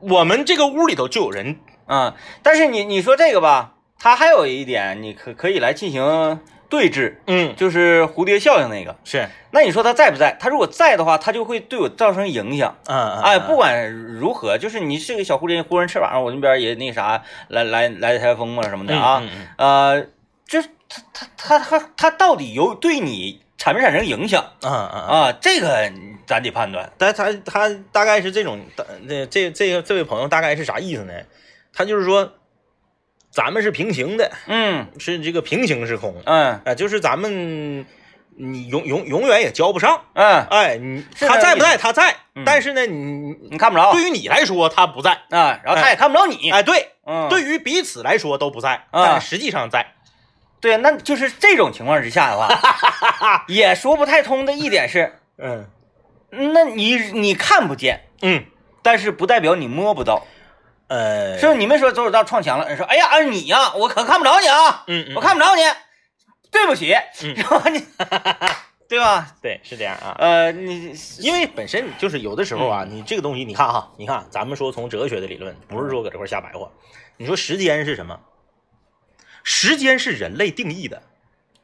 [SPEAKER 2] 我们这个屋里头就有人
[SPEAKER 1] 啊，但是你你说这个吧，它还有一点，你可可以来进行对峙，
[SPEAKER 2] 嗯，
[SPEAKER 1] 就是蝴蝶效应那个。
[SPEAKER 2] 是，
[SPEAKER 1] 那你说它在不在？它如果在的话，它就会对我造成影响。
[SPEAKER 2] 嗯，
[SPEAKER 1] 哎，不，管如何，就是你是个小蝴蝶，忽然翅膀，我那边也那啥，来来来台风啊什么的啊，
[SPEAKER 2] 嗯嗯
[SPEAKER 1] 呃，就是它它它它它到底有对你产没产生影响
[SPEAKER 2] 嗯嗯嗯，
[SPEAKER 1] 啊？这个咱得判断。
[SPEAKER 2] 但他他大概是这种，大那这这个这位朋友大概是啥意思呢？他就是说，咱们是平行的，
[SPEAKER 1] 嗯
[SPEAKER 2] 是这个平行时空，啊、
[SPEAKER 1] 嗯
[SPEAKER 2] 就是咱们你永永永远也交不上，
[SPEAKER 1] 嗯，
[SPEAKER 2] 哎，你
[SPEAKER 1] 是
[SPEAKER 2] 他
[SPEAKER 1] 这
[SPEAKER 2] 在
[SPEAKER 1] 意
[SPEAKER 2] 不
[SPEAKER 1] 思
[SPEAKER 2] 在他在，
[SPEAKER 1] 嗯
[SPEAKER 2] 但是呢，你
[SPEAKER 1] 你看不着
[SPEAKER 2] 对于你来说他不在，
[SPEAKER 1] 啊，然后他也看不着你。
[SPEAKER 2] 哎，对，
[SPEAKER 1] 嗯，
[SPEAKER 2] 对于彼此来说都不在，
[SPEAKER 1] 啊
[SPEAKER 2] 但实际上在，
[SPEAKER 1] 对，那就是这种情况之下的话，
[SPEAKER 2] [laughs]
[SPEAKER 1] 也说不太通的一点是，
[SPEAKER 2] 嗯
[SPEAKER 1] 那你你看不见，
[SPEAKER 2] 嗯
[SPEAKER 1] 但是不代表你摸不到。
[SPEAKER 2] 呃，
[SPEAKER 1] 是你们说左手道撞墙了，人说哎呀，哎你呀、我可看不着你啊，
[SPEAKER 2] 嗯嗯
[SPEAKER 1] 我看不着你，对不起，
[SPEAKER 2] 嗯
[SPEAKER 1] 然后 [laughs] 你，对吧？
[SPEAKER 2] 对是这样啊，
[SPEAKER 1] 呃，你
[SPEAKER 2] 因为本身就是有的时候啊，
[SPEAKER 1] 嗯
[SPEAKER 2] 你这个东西，你看哈，你看咱们说从哲学的理论，不是说搁这块儿瞎白话。你说时间是什么？时间是人类定义的，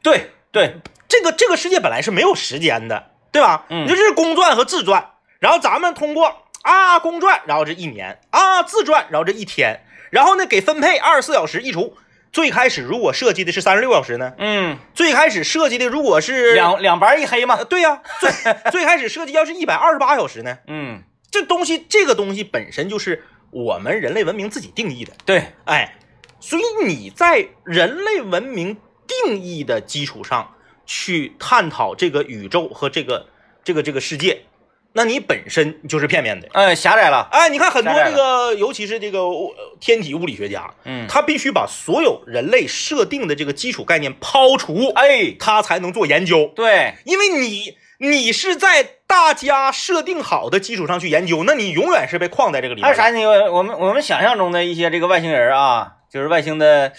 [SPEAKER 1] 对对，
[SPEAKER 2] 这个这个世界本来是没有时间的，对吧？
[SPEAKER 1] 嗯
[SPEAKER 2] 你说这是公转和自转，然后咱们通过啊公转，然后这一年啊自转，然后这一天，然后呢给分配二十四小时一除。最开始如果设计的是三十六小时呢？
[SPEAKER 1] 嗯，
[SPEAKER 2] 最开始设计的如果是
[SPEAKER 1] 两两白一黑嘛
[SPEAKER 2] 呃，对呀、最最开始设计要是一百二十八小时呢？
[SPEAKER 1] 嗯，
[SPEAKER 2] 这东西，这个东西本身就是我们人类文明自己定义的，
[SPEAKER 1] 对，
[SPEAKER 2] 哎，所以你在人类文明定义的基础上去探讨这个宇宙和这个这个这个世界，那你本身就是片面的。
[SPEAKER 1] 呃，狭窄了，
[SPEAKER 2] 哎，你看很多
[SPEAKER 1] 当然
[SPEAKER 2] 这个，尤其是这个物天体物理学家，
[SPEAKER 1] 嗯，
[SPEAKER 2] 他必须把所有人类设定的这个基础概念抛除，
[SPEAKER 1] 哎，
[SPEAKER 2] 他才能做研究。
[SPEAKER 1] 对，
[SPEAKER 2] 因为你你是在大家设定好的基础上去研究，那你永远是被框在这个里
[SPEAKER 1] 还
[SPEAKER 2] 面
[SPEAKER 1] 有
[SPEAKER 2] 的。
[SPEAKER 1] 啥？你我们我们想象中的一些这个外星人啊，就是外星的，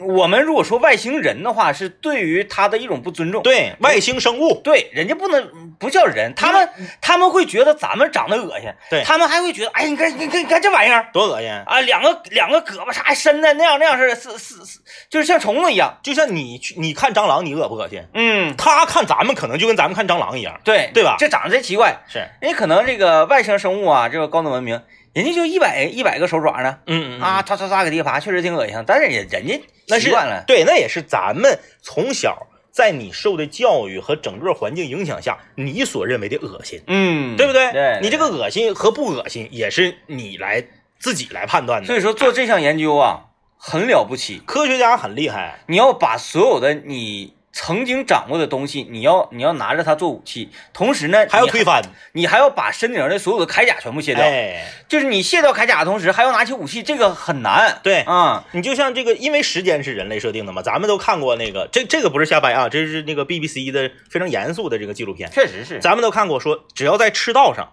[SPEAKER 1] 我们如果说外星人的话，是对于他的一种不尊重。
[SPEAKER 2] 对，外
[SPEAKER 1] 嗯
[SPEAKER 2] 星生物，
[SPEAKER 1] 对，人家不能不叫人，他们他们会觉得咱们长得恶心，
[SPEAKER 2] 嗯对
[SPEAKER 1] 他们还会觉得，哎，你看你看你看这玩意儿
[SPEAKER 2] 多恶心！
[SPEAKER 1] 啊，两个两个胳膊啥伸的那样那样似的，是是是，就是像虫子一样。
[SPEAKER 2] 就像你去你看蟑螂，你恶不恶心？
[SPEAKER 1] 嗯，
[SPEAKER 2] 他看咱们可能就跟咱们看蟑螂一样。
[SPEAKER 1] 对
[SPEAKER 2] 对吧
[SPEAKER 1] 这长得真奇怪，
[SPEAKER 2] 是，
[SPEAKER 1] 人家可能这个外星生物啊，这个高等文明，人家就一百一百个手爪呢，
[SPEAKER 2] 嗯嗯
[SPEAKER 1] 啊，，嚓嚓嚓给地爬，确实挺恶心，但是人人家
[SPEAKER 2] 那
[SPEAKER 1] 习
[SPEAKER 2] 是
[SPEAKER 1] 惯了。
[SPEAKER 2] 对，那也是咱们从小在你受的教育和整个环境影响下，你所认为的恶心，
[SPEAKER 1] 嗯，
[SPEAKER 2] 对不对？
[SPEAKER 1] 对，
[SPEAKER 2] 你这个恶心和不恶心，也是你来自己来判断
[SPEAKER 1] 所
[SPEAKER 2] 的。
[SPEAKER 1] 以说做这项研究啊，很了不起。
[SPEAKER 2] 科学家很厉害，
[SPEAKER 1] 你要把所有的你曾经掌握的东西，你要你要拿着它做武器，同时呢，
[SPEAKER 2] 还要
[SPEAKER 1] 你
[SPEAKER 2] 推翻，
[SPEAKER 1] 你还要把身顶上的所有的铠甲全部卸掉。
[SPEAKER 2] 哎。
[SPEAKER 1] 就是你卸掉铠甲的同时，还要拿起武器，这个很难。
[SPEAKER 2] 对
[SPEAKER 1] 啊、
[SPEAKER 2] 你就像这个，因为时间是人类设定的嘛，咱们都看过那个，这这个不是瞎掰啊，这是那个 BBC 的非常严肃的这个纪录片，
[SPEAKER 1] 确实是。
[SPEAKER 2] 咱们都看过说，只要在赤道上，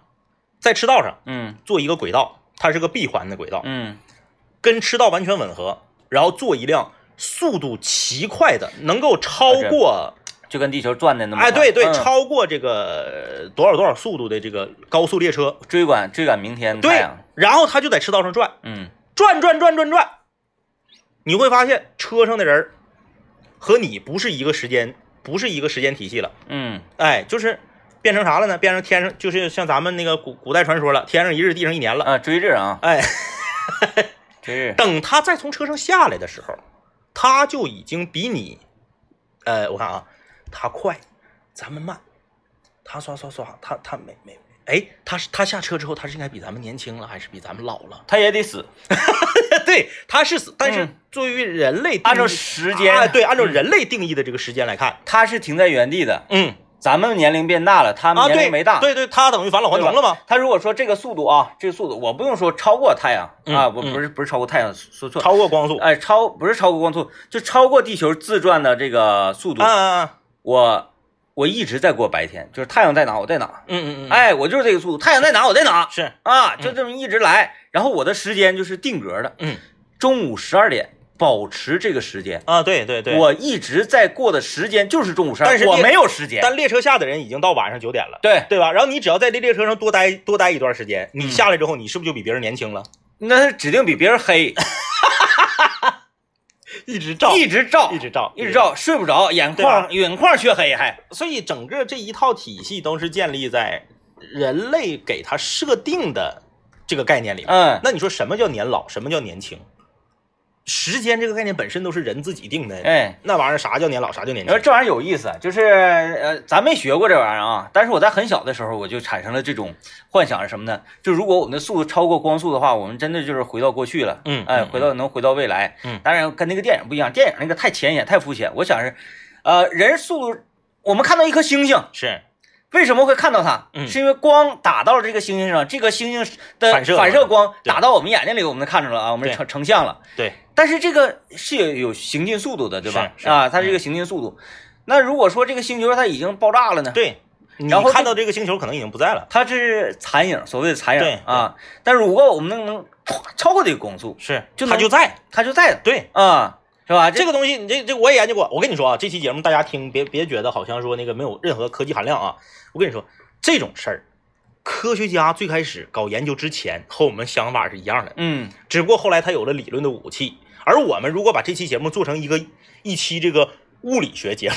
[SPEAKER 2] 在赤道上
[SPEAKER 1] 嗯
[SPEAKER 2] 做一个轨道，它是个闭环的轨道，
[SPEAKER 1] 嗯
[SPEAKER 2] 跟赤道完全吻合，然后做一辆速度奇快的，能够超过
[SPEAKER 1] 就跟地球转的那么
[SPEAKER 2] 哎，对对，
[SPEAKER 1] 嗯
[SPEAKER 2] 超过这个多少多少速度的这个高速列车，
[SPEAKER 1] 追赶追赶明天太
[SPEAKER 2] 对
[SPEAKER 1] 阳，，
[SPEAKER 2] 然后他就在车道上转，
[SPEAKER 1] 嗯，
[SPEAKER 2] 转转转转转，你会发现车上的人儿和你不是一个时间，不是一个时间体系了，
[SPEAKER 1] 嗯
[SPEAKER 2] 哎，就是变成啥了呢？变成天上就是像咱们那个古古代传说了，天上一日，地上一年了，
[SPEAKER 1] 啊，追日啊，
[SPEAKER 2] 哎。
[SPEAKER 1] 追日，
[SPEAKER 2] 等他再从车上下来的时候，他就已经比你，呃，我看啊，他快，咱们慢，他刷刷刷，他他没没，哎，他是他下车之后，他是应该比咱们年轻了，还是比咱们老了？
[SPEAKER 1] 他也得死，
[SPEAKER 2] [laughs] 对，他是死，但是
[SPEAKER 1] 嗯
[SPEAKER 2] 作为人类定义、
[SPEAKER 1] 按照时间
[SPEAKER 2] 啊，对，按照
[SPEAKER 1] 嗯
[SPEAKER 2] 人类定义的这个时间来看，
[SPEAKER 1] 他是停在原地的。
[SPEAKER 2] 嗯，
[SPEAKER 1] 咱们年龄变大了，他们
[SPEAKER 2] 啊，
[SPEAKER 1] 年
[SPEAKER 2] 对，
[SPEAKER 1] 龄没大，
[SPEAKER 2] 对对，他等于返老还
[SPEAKER 1] 对吧
[SPEAKER 2] 童了嘛，
[SPEAKER 1] 他如果说这个速度啊，这个速度，我不用说超过太阳
[SPEAKER 2] 嗯
[SPEAKER 1] 啊，我
[SPEAKER 2] 嗯
[SPEAKER 1] 不是不是超过太阳，说错，
[SPEAKER 2] 超过光速，啊
[SPEAKER 1] 哎，超不是超过光速，就超过地球自转的这个速度。
[SPEAKER 2] 啊，啊
[SPEAKER 1] 我我一直在过白天，就是太阳在哪我在哪，
[SPEAKER 2] 嗯嗯嗯，，
[SPEAKER 1] 哎，我就是这个速度，太阳在哪我在哪
[SPEAKER 2] 是，
[SPEAKER 1] 啊，就这么一直来。然后我的时间就是定格的，
[SPEAKER 2] 嗯
[SPEAKER 1] 中午十二点保持这个时间。
[SPEAKER 2] 啊，对对对，
[SPEAKER 1] 我一直在过的时间就是中午十二，
[SPEAKER 2] 但是
[SPEAKER 1] 我
[SPEAKER 2] 列
[SPEAKER 1] 没有时间。
[SPEAKER 2] 但列车下的人已经到晚上九点了。
[SPEAKER 1] 对，
[SPEAKER 2] 对吧？然后你只要在这列车上多待多待一段时间，你
[SPEAKER 1] 嗯
[SPEAKER 2] 下来之后，你是不是就比别人年轻了？
[SPEAKER 1] 那是指定比别人
[SPEAKER 2] [laughs]
[SPEAKER 1] 黑，
[SPEAKER 2] 一直照
[SPEAKER 1] 一直照，
[SPEAKER 2] 一直照
[SPEAKER 1] 一直。照，睡不着，眼
[SPEAKER 2] 对吧
[SPEAKER 1] 眶眼眶黢黑还。
[SPEAKER 2] 所以整个这一套体系都是建立在人类给它设定的这个概念里面。
[SPEAKER 1] 嗯，
[SPEAKER 2] [laughs] 那你说什么叫年老？什么叫年轻？时间这个概念本身都是人自己定的。
[SPEAKER 1] 哎，
[SPEAKER 2] 那玩意儿啥叫年老？啥叫年
[SPEAKER 1] 你说
[SPEAKER 2] 轻？
[SPEAKER 1] 这玩意儿有意思，啊就是呃，咱没学过这玩意儿啊，但是我在很小的时候我就产生了这种幻想是什么呢？就如果我们的速度超过光速的话，我们真的就是回到过去了，
[SPEAKER 2] 嗯
[SPEAKER 1] 哎，
[SPEAKER 2] 嗯
[SPEAKER 1] 回到能回到未来，
[SPEAKER 2] 嗯
[SPEAKER 1] 当然跟那个电影不一样，电影那个太浅显太肤浅，我想是，呃，人速度，我们看到一颗星星，
[SPEAKER 2] 是
[SPEAKER 1] 为什么会看到它？
[SPEAKER 2] 嗯
[SPEAKER 1] 是因为光打到了这个星星上，这个星星的
[SPEAKER 2] 反射
[SPEAKER 1] 反射光
[SPEAKER 2] 对
[SPEAKER 1] 打到我们眼睛里，我们能看出来啊，我们
[SPEAKER 2] 对
[SPEAKER 1] 成成像了。 [laughs]
[SPEAKER 2] 对，
[SPEAKER 1] 但是这个是有有行进速度的，对吧？
[SPEAKER 2] 是嗯是
[SPEAKER 1] 啊，它这个行进速度。那如果说这个星球它已经爆炸了呢？，
[SPEAKER 2] 对，你
[SPEAKER 1] 然后这
[SPEAKER 2] 看到这个星球可能已经不在
[SPEAKER 1] [laughs]
[SPEAKER 2] 了。
[SPEAKER 1] 它是残影，所谓的残
[SPEAKER 2] 对
[SPEAKER 1] 影
[SPEAKER 2] 对
[SPEAKER 1] 啊。但如果我们能能超过这个光速，
[SPEAKER 2] 是，
[SPEAKER 1] 就
[SPEAKER 2] 它
[SPEAKER 1] 能
[SPEAKER 2] 就在。
[SPEAKER 1] 它就在了
[SPEAKER 2] 对，
[SPEAKER 1] 啊，是吧？
[SPEAKER 2] 这
[SPEAKER 1] 个
[SPEAKER 2] 个东西，你这这我也研究过。我跟你说啊，这期节目大家听，别别觉得好像说那个没有任何科技含量啊。我跟你说，这种事儿，科学家最开始搞研究之前和我们想法是一样的，
[SPEAKER 1] 嗯，
[SPEAKER 2] 只不过后来他有了理论的武器。而我们如果把这期节目做成一个一期这个物理学节目，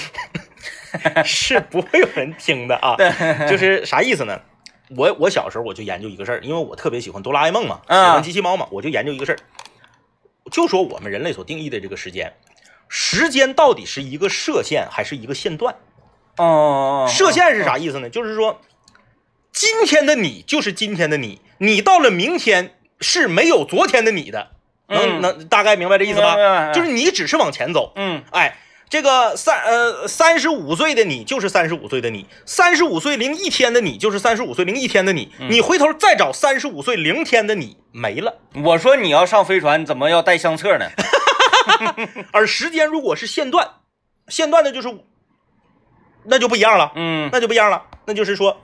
[SPEAKER 2] [laughs] 是不会有人听的啊。就是啥意思呢？我我小时候我就研究一个事儿，因为我特别喜欢哆啦 A 梦嘛，喜
[SPEAKER 1] 啊
[SPEAKER 2] 欢机器猫嘛，我就研究一个事儿，就说我们人类所定义的这个时间，时间到底是一个射线还是一个线段？
[SPEAKER 1] 哦哦，哦
[SPEAKER 2] 射线是啥意思呢？就是说，今天的你就是今天的你，你到了明天是没有昨天的你的，能
[SPEAKER 1] 嗯
[SPEAKER 2] 能大概明白这意思
[SPEAKER 1] 明白明
[SPEAKER 2] 吧？
[SPEAKER 1] 白哎
[SPEAKER 2] 就是你只是往前走，
[SPEAKER 1] 嗯
[SPEAKER 2] 哎，这个三呃三十五岁的你就是三十五岁的你，三十五岁零一天的你就是三十五岁零一天的你，
[SPEAKER 1] 嗯
[SPEAKER 2] 你回头再找三十五岁零天的你没
[SPEAKER 1] [laughs]
[SPEAKER 2] 了。
[SPEAKER 1] 我说你要上飞船，怎么要带相
[SPEAKER 2] [laughs]
[SPEAKER 1] 册呢？
[SPEAKER 2] 而时间如果是线段，线段的就是，那就不一样了，
[SPEAKER 1] 嗯
[SPEAKER 2] 那就不一样了，那就是说。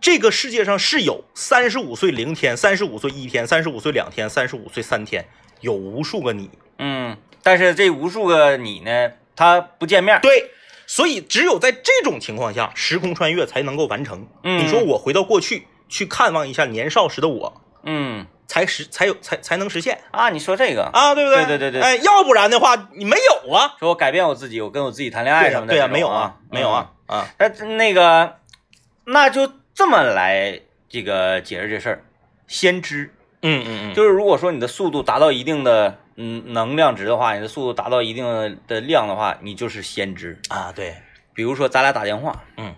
[SPEAKER 2] 这个世界上是有三十五岁零天、三十五岁一天、三十五岁两天、三十五岁三天，有无数个你。
[SPEAKER 1] 嗯，但是这无数个你呢，他不见面，
[SPEAKER 2] 对，所以只有在这种情况下，时空穿越才能够完成。
[SPEAKER 1] 嗯
[SPEAKER 2] 你说我回到过去去看望一下年少时的我，
[SPEAKER 1] 嗯
[SPEAKER 2] 才实才有才才能实现
[SPEAKER 1] 啊，你说这个，
[SPEAKER 2] 啊，对不对？
[SPEAKER 1] 对对对对
[SPEAKER 2] 哎，要不然的话你没有啊。
[SPEAKER 1] 说我改变我自己，我跟我自己谈恋爱
[SPEAKER 2] 对
[SPEAKER 1] 什
[SPEAKER 2] 呀
[SPEAKER 1] 么的，
[SPEAKER 2] 对呀，
[SPEAKER 1] 这种
[SPEAKER 2] 没有
[SPEAKER 1] 啊
[SPEAKER 2] 啊，，没有啊啊，
[SPEAKER 1] 嗯。那那个，那就这么来这个解释这事儿。先知
[SPEAKER 2] 嗯嗯嗯，
[SPEAKER 1] 就是，如果说你的速度达到一定的嗯能量值的话，你的速度达到一定的量的话，你就是先知。
[SPEAKER 2] 啊，对，
[SPEAKER 1] 比如说咱俩打电话，
[SPEAKER 2] 嗯，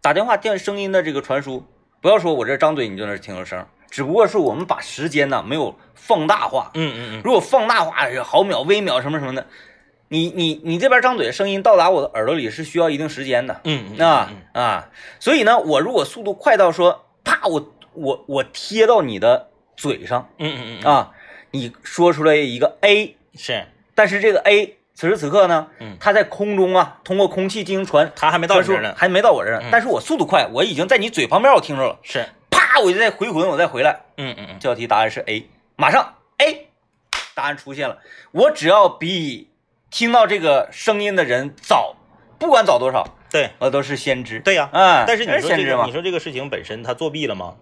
[SPEAKER 1] 打电话电声音的这个传输，不要说我这张嘴你就能听着声儿，只不过是我们把时间呢没有放大化，
[SPEAKER 2] 嗯嗯嗯，
[SPEAKER 1] 如果放大化，毫秒、微秒什么什么的，你你你这边张嘴声音到达我的耳朵里是需要一定时间的，
[SPEAKER 2] 嗯嗯
[SPEAKER 1] 啊啊，所以呢，我如果速度快到说，啪，我我我贴到你的嘴上
[SPEAKER 2] 嗯嗯嗯，
[SPEAKER 1] 啊，你说出来一个 A，
[SPEAKER 2] 是
[SPEAKER 1] 但是这个 A 此时此刻呢
[SPEAKER 2] 嗯，
[SPEAKER 1] 它在空中啊，通过空气进行传
[SPEAKER 2] 他还没到
[SPEAKER 1] 传
[SPEAKER 2] 你这
[SPEAKER 1] 输
[SPEAKER 2] 儿，呢，
[SPEAKER 1] 还没到我这儿
[SPEAKER 2] 嗯，
[SPEAKER 1] 但是我速度快，我已经在你嘴旁边，我听着了，
[SPEAKER 2] 是，
[SPEAKER 1] 啪，我就再回魂，我再回来，
[SPEAKER 2] 嗯嗯嗯，
[SPEAKER 1] 这道题答案是 A，马上 A，答案出现了。我只要比听到这个声音的人早，不管早多少，
[SPEAKER 2] 对
[SPEAKER 1] 我都是先知。
[SPEAKER 2] 对呀、
[SPEAKER 1] 嗯，
[SPEAKER 2] 但是你
[SPEAKER 1] 还
[SPEAKER 2] 说
[SPEAKER 1] 先
[SPEAKER 2] 这
[SPEAKER 1] 知
[SPEAKER 2] 个，
[SPEAKER 1] 嘛
[SPEAKER 2] 你，说这个事情本身他作弊了吗？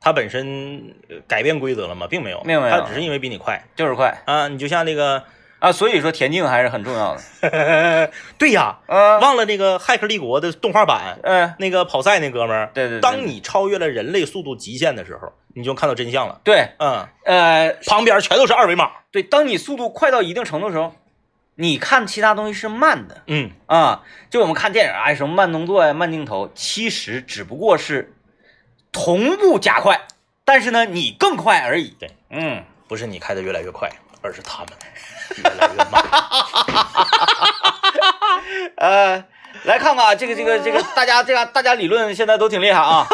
[SPEAKER 2] 他本身呃改变规则了吗？并没有，
[SPEAKER 1] 并没有
[SPEAKER 2] 他只是因为比你快
[SPEAKER 1] 就是快
[SPEAKER 2] 啊。你就像那个， [laughs]
[SPEAKER 1] 啊，所以说田径还是很重要 [laughs] 的。
[SPEAKER 2] 对呀，
[SPEAKER 1] 嗯、
[SPEAKER 2] 忘了那个《骇客帝国》的动画版，
[SPEAKER 1] 嗯、
[SPEAKER 2] 那个跑赛那哥们儿，
[SPEAKER 1] 对对对
[SPEAKER 2] 当你超越了人类速度极限的时候，你就看到真相了。
[SPEAKER 1] 对，
[SPEAKER 2] 嗯，
[SPEAKER 1] 呃，
[SPEAKER 2] 旁边全都是二维码。
[SPEAKER 1] 对，当你速度快到一定程度的时候，你看其他东西是慢的
[SPEAKER 2] 嗯，
[SPEAKER 1] 啊。就我们看电影啊，什么慢动作呀、慢镜头，其实只不过是同步加快，但是呢，你更快而已。
[SPEAKER 2] 对，
[SPEAKER 1] 嗯，
[SPEAKER 2] 不是你开的越来越快，而是他们越来越
[SPEAKER 1] [laughs]
[SPEAKER 2] 慢。
[SPEAKER 1] 呃，来看看啊，这个这个这个，大家这样大家理论现在都挺厉害 [laughs] 啊，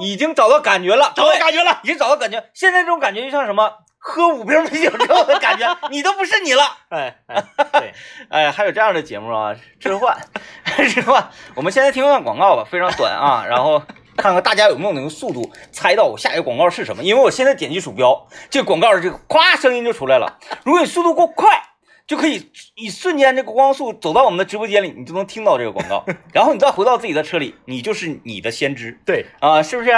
[SPEAKER 1] 已经找到感觉了，
[SPEAKER 2] 找到感觉了，
[SPEAKER 1] 已经找到感觉。现在这种感觉就像什么？喝五瓶啤酒之后的感觉，你都不是你了。
[SPEAKER 2] 哎哎， [laughs] 对，
[SPEAKER 1] 哎，还有这样的节目啊，置换， [laughs] 置换。我们现在听一段广告吧，非常短啊，然后看看大家有没有能速度猜到我下一个广告是什么。因为我现在点击鼠标，这个广告这个咵声音就出来了。如果你速度够快，就可以以瞬间这个光速走到我们的直播间里，你就能听到这个广告。然后你再回到自己的车里，你就是你的先知
[SPEAKER 2] 对，
[SPEAKER 1] 啊、是 [laughs] 不是？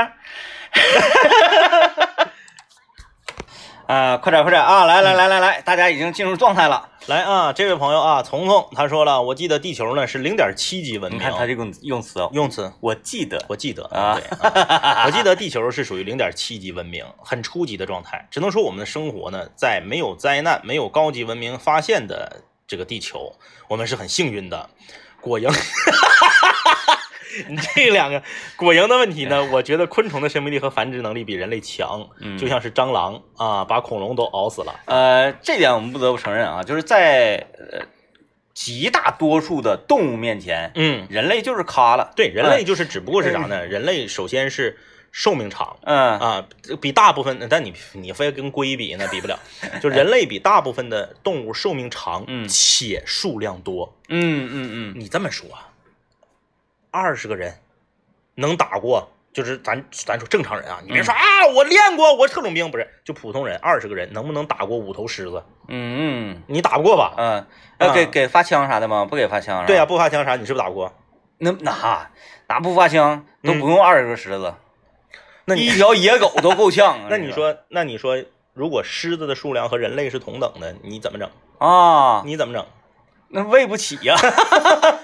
[SPEAKER 1] 啊、快点快点啊！来来来来来，大家已经进入状态了。
[SPEAKER 2] 来啊，这位朋友啊，彤彤他说了，我记得地球呢是零点七级文
[SPEAKER 1] 你
[SPEAKER 2] 明，
[SPEAKER 1] 看他这个用词哦，
[SPEAKER 2] 用词
[SPEAKER 1] 我记得，
[SPEAKER 2] 我记得
[SPEAKER 1] 啊
[SPEAKER 2] 对啊 [laughs] 我记得地球是属于零点七级文明，很初级的状态。只能说我们的生活呢，在没有灾难、没有高级文明发现的这个地球，我们是很幸运的。果
[SPEAKER 1] [laughs]
[SPEAKER 2] 蝇，这两个果蝇的问题呢，我觉得昆虫的生命力和繁殖能力比人类强，
[SPEAKER 1] 哎嗯
[SPEAKER 2] 就像是蟑螂啊，把恐龙都熬死了。
[SPEAKER 1] 呃，这点我们不得不承认啊，就是在呃极大多数的动物面前，
[SPEAKER 2] 嗯，
[SPEAKER 1] 人类就是咖了。
[SPEAKER 2] 对，人类就是只不过是啥
[SPEAKER 1] 哎
[SPEAKER 2] 呢？人类首先是寿命长，
[SPEAKER 1] 嗯、
[SPEAKER 2] 啊，比大部分，但你你非跟龟比那
[SPEAKER 1] [laughs]
[SPEAKER 2] 比不了，就人类比大部分的动物寿命长，
[SPEAKER 1] 嗯
[SPEAKER 2] 且数量多。
[SPEAKER 1] 嗯嗯嗯，
[SPEAKER 2] 你这么说啊，二十个人能打过，就是咱咱说正常人啊，你别
[SPEAKER 1] 嗯
[SPEAKER 2] 说、啊，我练过，我特种兵不是，就普通人，二十个人能不能打过五头狮子？
[SPEAKER 1] 嗯嗯
[SPEAKER 2] 你打不过吧？
[SPEAKER 1] 嗯，要、给
[SPEAKER 2] 啊
[SPEAKER 1] 给发枪啥的吗？不给发枪是吧？
[SPEAKER 2] 对呀、啊，不发枪啥，你是不是打不过？
[SPEAKER 1] 那那那不发枪都不用二十个狮子，
[SPEAKER 2] 嗯那 [laughs] 你
[SPEAKER 1] 一条野狗都够呛啊。
[SPEAKER 2] [laughs] 那你说，那你说，如果狮子的数量和人类是同等的，你怎么整？
[SPEAKER 1] 啊，
[SPEAKER 2] 你怎么整？
[SPEAKER 1] 那喂不起呀、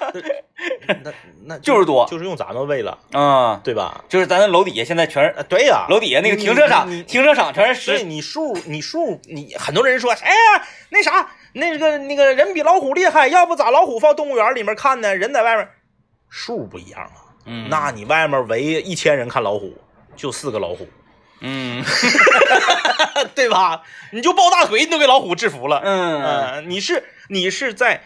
[SPEAKER 2] [laughs] 那那
[SPEAKER 1] 就是多
[SPEAKER 2] 就是用咱们喂了，
[SPEAKER 1] 啊，
[SPEAKER 2] 对吧？
[SPEAKER 1] 就是咱的楼底下现在全是
[SPEAKER 2] 啊，对呀、
[SPEAKER 1] 楼底下那个
[SPEAKER 2] 你
[SPEAKER 1] 停车场
[SPEAKER 2] 你，你
[SPEAKER 1] 停车场全是
[SPEAKER 2] 所以
[SPEAKER 1] 狮，
[SPEAKER 2] 你树，你树，你很多人说，哎呀，那啥，那个那个人比老虎厉害，要不咋老虎放动物园里面看呢？人在外面，树不一样啊。
[SPEAKER 1] 嗯
[SPEAKER 2] 那你外面围一千人看老虎，就四个老虎，
[SPEAKER 1] 嗯
[SPEAKER 2] [laughs] 对吧？你就抱大腿，你都给老虎制服了。
[SPEAKER 1] 嗯
[SPEAKER 2] 呃，你是你是在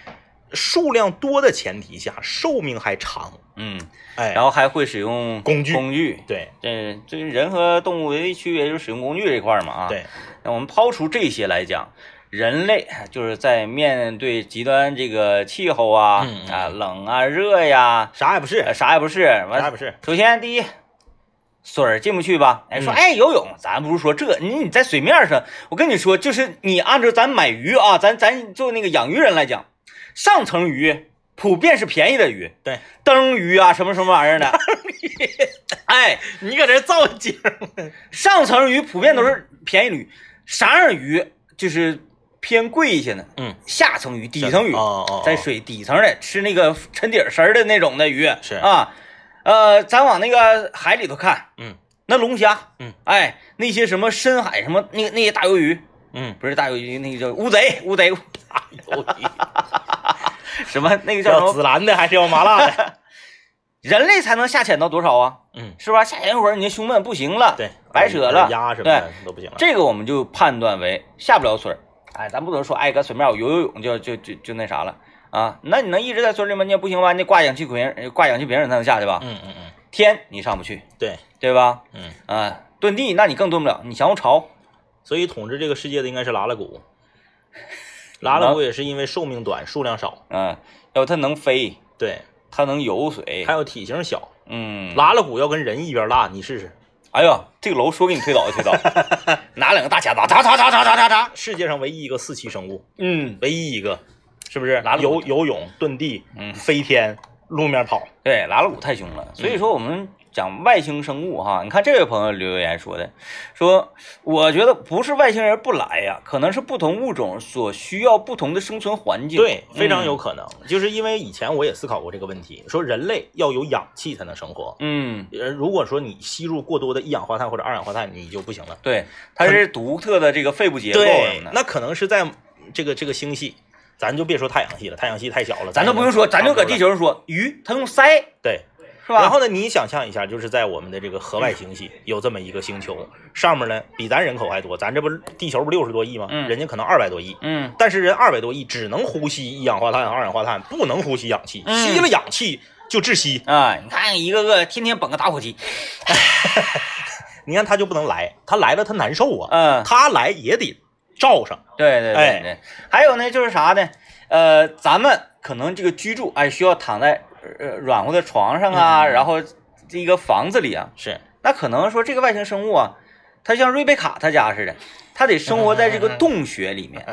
[SPEAKER 2] 数量多的前提下，寿命还长，
[SPEAKER 1] 嗯，
[SPEAKER 2] 哎，
[SPEAKER 1] 然后还会使用
[SPEAKER 2] 工具
[SPEAKER 1] 工具，
[SPEAKER 2] 对
[SPEAKER 1] 这这人和动物唯一区别就是使用工具这块儿嘛啊。，
[SPEAKER 2] 对，
[SPEAKER 1] 那我们抛除这些来讲，人类就是在面对极端这个气候啊、
[SPEAKER 2] 嗯嗯
[SPEAKER 1] 啊冷啊热呀、
[SPEAKER 2] 啥也不是
[SPEAKER 1] 呃，啥也不是，
[SPEAKER 2] 啥也
[SPEAKER 1] 完
[SPEAKER 2] 不。是，
[SPEAKER 1] 首先第一。水儿进不去吧？哎，说
[SPEAKER 2] 嗯
[SPEAKER 1] 哎游泳，咱不是说这，你你在水面上，我跟你说，就是你按照咱买鱼啊，咱咱做那个养鱼人来讲，上层鱼普遍是便宜的鱼，
[SPEAKER 2] 对，
[SPEAKER 1] 灯鱼啊什么什么玩意儿的，哎，
[SPEAKER 2] 你搁这造景儿，
[SPEAKER 1] 上层鱼普遍都是便宜鱼，啥样鱼就是偏贵一些呢？
[SPEAKER 2] 嗯，
[SPEAKER 1] 下层鱼、底层鱼，
[SPEAKER 2] 哦哦，哦
[SPEAKER 1] 在水底层的吃那个沉底儿食儿的那种的鱼
[SPEAKER 2] 是
[SPEAKER 1] 啊，呃，咱往那个海里头看，
[SPEAKER 2] 嗯
[SPEAKER 1] 那龙虾，
[SPEAKER 2] 嗯，
[SPEAKER 1] 哎，那些什么深海什么那个那些大鱿鱼，
[SPEAKER 2] 嗯，
[SPEAKER 1] 不是大鱿鱼，那个叫乌贼，乌贼 [laughs]
[SPEAKER 2] [laughs]
[SPEAKER 1] 什么那个叫
[SPEAKER 2] 要
[SPEAKER 1] 什么？
[SPEAKER 2] 紫蓝的还是要麻辣的？
[SPEAKER 1] 人类才能下潜到多少啊？
[SPEAKER 2] [laughs] 嗯，
[SPEAKER 1] 是吧？下潜一会儿你的胸闷不行了，
[SPEAKER 2] 对，哎
[SPEAKER 1] 白扯了，
[SPEAKER 2] 鸭什么
[SPEAKER 1] 对
[SPEAKER 2] 的都不行了。
[SPEAKER 1] 这个我们就判断为下不了水儿。哎，咱不能说哎搁水面我游游泳就就就就那啥了啊？那你能一直在水里吗？你也不行吧？你得挂氧气瓶儿，挂氧气瓶儿你才能下去吧？
[SPEAKER 2] 嗯嗯嗯，
[SPEAKER 1] 天你上不去，
[SPEAKER 2] 对，
[SPEAKER 1] 对吧？
[SPEAKER 2] 嗯，
[SPEAKER 1] 啊，遁地那你更遁不了，你降龙潮，
[SPEAKER 2] 所以统治这个世界的应该是拉拉 [laughs] 古。拉拉古也是因为寿命短，数量少，
[SPEAKER 1] 嗯、要不它能飞，
[SPEAKER 2] 对，
[SPEAKER 1] 它能游水
[SPEAKER 2] 还，有体型小。
[SPEAKER 1] 嗯，
[SPEAKER 2] 拉拉古要跟人一边大，你试试，
[SPEAKER 1] 哎呀，这个楼说给你推倒就
[SPEAKER 2] [laughs]
[SPEAKER 1] 推倒，拿两个大钳子，嚓嚓嚓嚓嚓嚓嚓，
[SPEAKER 2] 世界上唯一一个四栖生物，
[SPEAKER 1] 嗯，
[SPEAKER 2] 唯一一个，是不是
[SPEAKER 1] 哪？里
[SPEAKER 2] 游游泳、遁地、
[SPEAKER 1] 嗯
[SPEAKER 2] 飞天、路面跑，
[SPEAKER 1] 对，拉拉古太凶了，所
[SPEAKER 2] 嗯
[SPEAKER 1] 以说我们讲外星生物哈，你看这位朋友留言说的，说我觉得不是外星人不来呀，可能是不同物种所需要不同的生存环境，
[SPEAKER 2] 对，非常
[SPEAKER 1] 嗯
[SPEAKER 2] 有，可能，就是因为以前我也思考过这个问题，说人类要有氧气才能生活，
[SPEAKER 1] 嗯，
[SPEAKER 2] 呃，如果说你吸入过多的一氧化碳或者二氧化碳，你就不行了。
[SPEAKER 1] 对，它是独特的这个肺部结构什
[SPEAKER 2] 对
[SPEAKER 1] 么，的，
[SPEAKER 2] 那可能是在这个这个星系，咱就别说太阳系了，太阳系太小了，
[SPEAKER 1] 咱都不用说，咱就搁地球上说鱼，它用鳃
[SPEAKER 2] 对。
[SPEAKER 1] 是吧？
[SPEAKER 2] 然后呢，你想象一下，就是在我们的这个河外星系有这么一个星球，上面呢比咱人口还多，咱这不是地球不六十多亿吗？
[SPEAKER 1] 嗯
[SPEAKER 2] 人家可能二百多亿。
[SPEAKER 1] 嗯，
[SPEAKER 2] 但是人二百多亿只能呼吸一氧化碳、二氧化碳，不能呼吸氧气，
[SPEAKER 1] 嗯
[SPEAKER 2] 吸了氧气就窒息。
[SPEAKER 1] 啊，你看一个个天天捧个打火机，
[SPEAKER 2] 你看他就不能来，他来了他难受啊，
[SPEAKER 1] 嗯，
[SPEAKER 2] 他来也得罩上。
[SPEAKER 1] 对对对
[SPEAKER 2] 哎
[SPEAKER 1] 对，还有呢就是啥呢？呃，咱们可能这个居住哎需要躺在呃软和的床上啊，
[SPEAKER 2] 嗯
[SPEAKER 1] 然后这一个房子里啊，
[SPEAKER 2] 是，
[SPEAKER 1] 那可能说这个外星生物啊，它像瑞贝卡她家似的，它得生活在这
[SPEAKER 2] [laughs]
[SPEAKER 1] 个洞穴里面。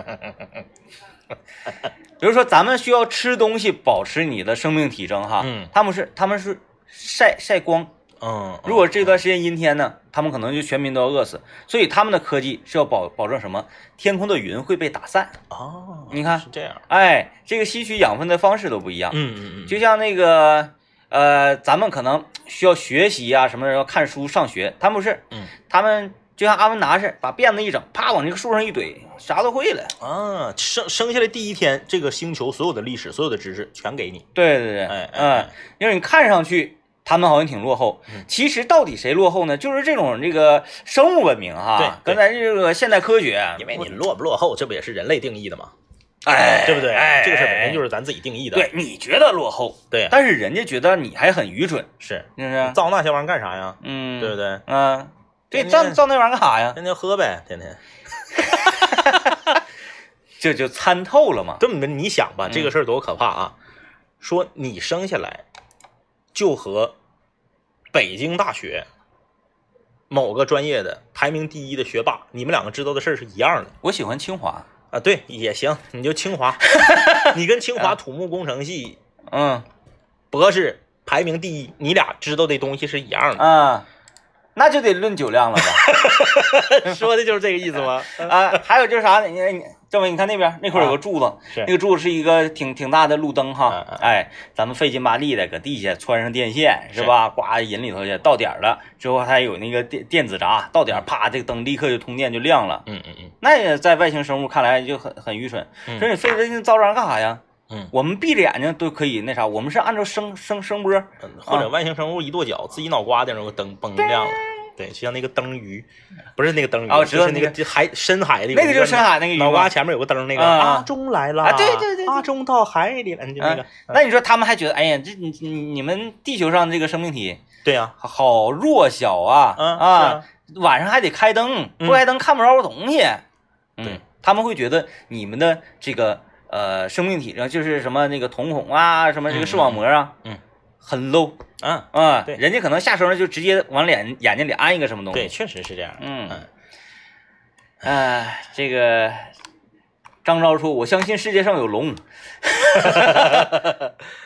[SPEAKER 1] 比如说咱们需要吃东西保持你的生命体征哈，
[SPEAKER 2] 嗯
[SPEAKER 1] 他们是他们是晒晒光，
[SPEAKER 2] 嗯，
[SPEAKER 1] 如果这段时间阴天呢，他们可能就全民都要饿死，所以他们的科技是要保保证什么？天空的云会被打散。
[SPEAKER 2] 哦，
[SPEAKER 1] 你看
[SPEAKER 2] 是这样，
[SPEAKER 1] 哎，这个吸取养分的方式都不一样，
[SPEAKER 2] 嗯嗯嗯，
[SPEAKER 1] 就像那个呃，咱们可能需要学习啊什么的，要看书上学，他们不是，
[SPEAKER 2] 嗯，
[SPEAKER 1] 他们就像阿凡达似的，把辫子一整，啪往这个树上一怼，啥都会了。
[SPEAKER 2] 啊，生生下来第一天，这个星球所有的历史、所有的知识全给你。
[SPEAKER 1] 对对对，
[SPEAKER 2] 哎哎
[SPEAKER 1] 嗯
[SPEAKER 2] 哎，嗯
[SPEAKER 1] 因为你看上去他们好像挺落后，其实到底谁落后呢？就是这种这个生物文明
[SPEAKER 2] 对
[SPEAKER 1] 哈，跟
[SPEAKER 2] 对
[SPEAKER 1] 咱这个现代科学，啊
[SPEAKER 2] 因为你落不落后，这不也是人类定义的嘛，
[SPEAKER 1] 哎，
[SPEAKER 2] 对不对？
[SPEAKER 1] 哎，
[SPEAKER 2] 这个事儿本身就是是咱自己定义的。
[SPEAKER 1] 对，你觉得落后，
[SPEAKER 2] 对，
[SPEAKER 1] 但是人家觉得你还很愚蠢，
[SPEAKER 2] 是
[SPEAKER 1] 是不是？
[SPEAKER 2] 造那些玩意儿干啥呀？
[SPEAKER 1] 嗯，
[SPEAKER 2] 对不对？
[SPEAKER 1] 嗯，对，
[SPEAKER 2] 人家
[SPEAKER 1] 造造那玩意儿干啥呀？
[SPEAKER 2] 天天喝呗，天天。
[SPEAKER 1] 这就参透了嘛。
[SPEAKER 2] 这么你想吧，这个事儿多可怕啊！说你生下来就和北京大学某个专业的排名第一的学霸，你们两个知道的事儿是一样的。
[SPEAKER 1] 我喜欢清华，
[SPEAKER 2] 啊，对，也行，你就清 [laughs] 华，你跟清华土木工程系
[SPEAKER 1] 嗯
[SPEAKER 2] 博士排名第一，你俩知道的东西是一样 [laughs] 的，
[SPEAKER 1] 啊，那就得论酒量了吧？
[SPEAKER 2] 说的就是这个意思吗？
[SPEAKER 1] [laughs] 啊，还有就是啥呢？你你政委，你看那边那块儿有个柱子，
[SPEAKER 2] 啊是
[SPEAKER 1] 那个柱子是一个挺挺大的路灯哈。
[SPEAKER 2] 嗯嗯
[SPEAKER 1] 哎，咱们费劲巴力的搁地下穿上电线是
[SPEAKER 2] 是
[SPEAKER 1] 吧？呱引里头去，到点儿了之后它有那个电电子闸，到点儿啪，这个灯立刻就通电就亮了。
[SPEAKER 2] 嗯嗯嗯
[SPEAKER 1] 那也在外星生物看来就很很愚蠢，
[SPEAKER 2] 嗯
[SPEAKER 1] 说你费这劲造这玩意儿干啥呀？
[SPEAKER 2] 嗯
[SPEAKER 1] 我们闭着眼睛都可以那啥，我们是按照声声声波，
[SPEAKER 2] 嗯，或者外星生物一跺脚，自己脑瓜顶有个灯崩亮了，对，就像那个灯鱼，不是那个灯鱼，
[SPEAKER 1] 啊我知
[SPEAKER 2] 就
[SPEAKER 1] 道
[SPEAKER 2] 是
[SPEAKER 1] 那
[SPEAKER 2] 那
[SPEAKER 1] 个
[SPEAKER 2] 个海深海的，
[SPEAKER 1] 那个就是深海那个鱼
[SPEAKER 2] 脑
[SPEAKER 1] 嘛
[SPEAKER 2] 瓜前面有个灯那个
[SPEAKER 1] 啊
[SPEAKER 2] 阿忠来了
[SPEAKER 1] 啊对对对对
[SPEAKER 2] 阿忠到海里了，你就那个嗯
[SPEAKER 1] 啊，那你说他们还觉得，哎呀，这你你你们地球上这个生命体
[SPEAKER 2] 对啊呀，
[SPEAKER 1] 好好弱小啊
[SPEAKER 2] 嗯
[SPEAKER 1] 啊！晚上还得开灯，
[SPEAKER 2] 嗯
[SPEAKER 1] 不开灯看不着东西。嗯
[SPEAKER 2] 对，
[SPEAKER 1] 他们会觉得你们的这个呃生命体上就是什么那个瞳孔啊，什么这个视网膜啊，
[SPEAKER 2] 嗯嗯嗯
[SPEAKER 1] 很 low
[SPEAKER 2] 嗯，
[SPEAKER 1] 啊。
[SPEAKER 2] 对
[SPEAKER 1] 人家可能下生就直接往脸眼睛里安一个什么东
[SPEAKER 2] 对，
[SPEAKER 1] 西。
[SPEAKER 2] 确实是这样，
[SPEAKER 1] 嗯
[SPEAKER 2] 嗯，
[SPEAKER 1] 对，啊，这个张昭说，我相信世界上有
[SPEAKER 2] [laughs]
[SPEAKER 1] 龙。 [laughs]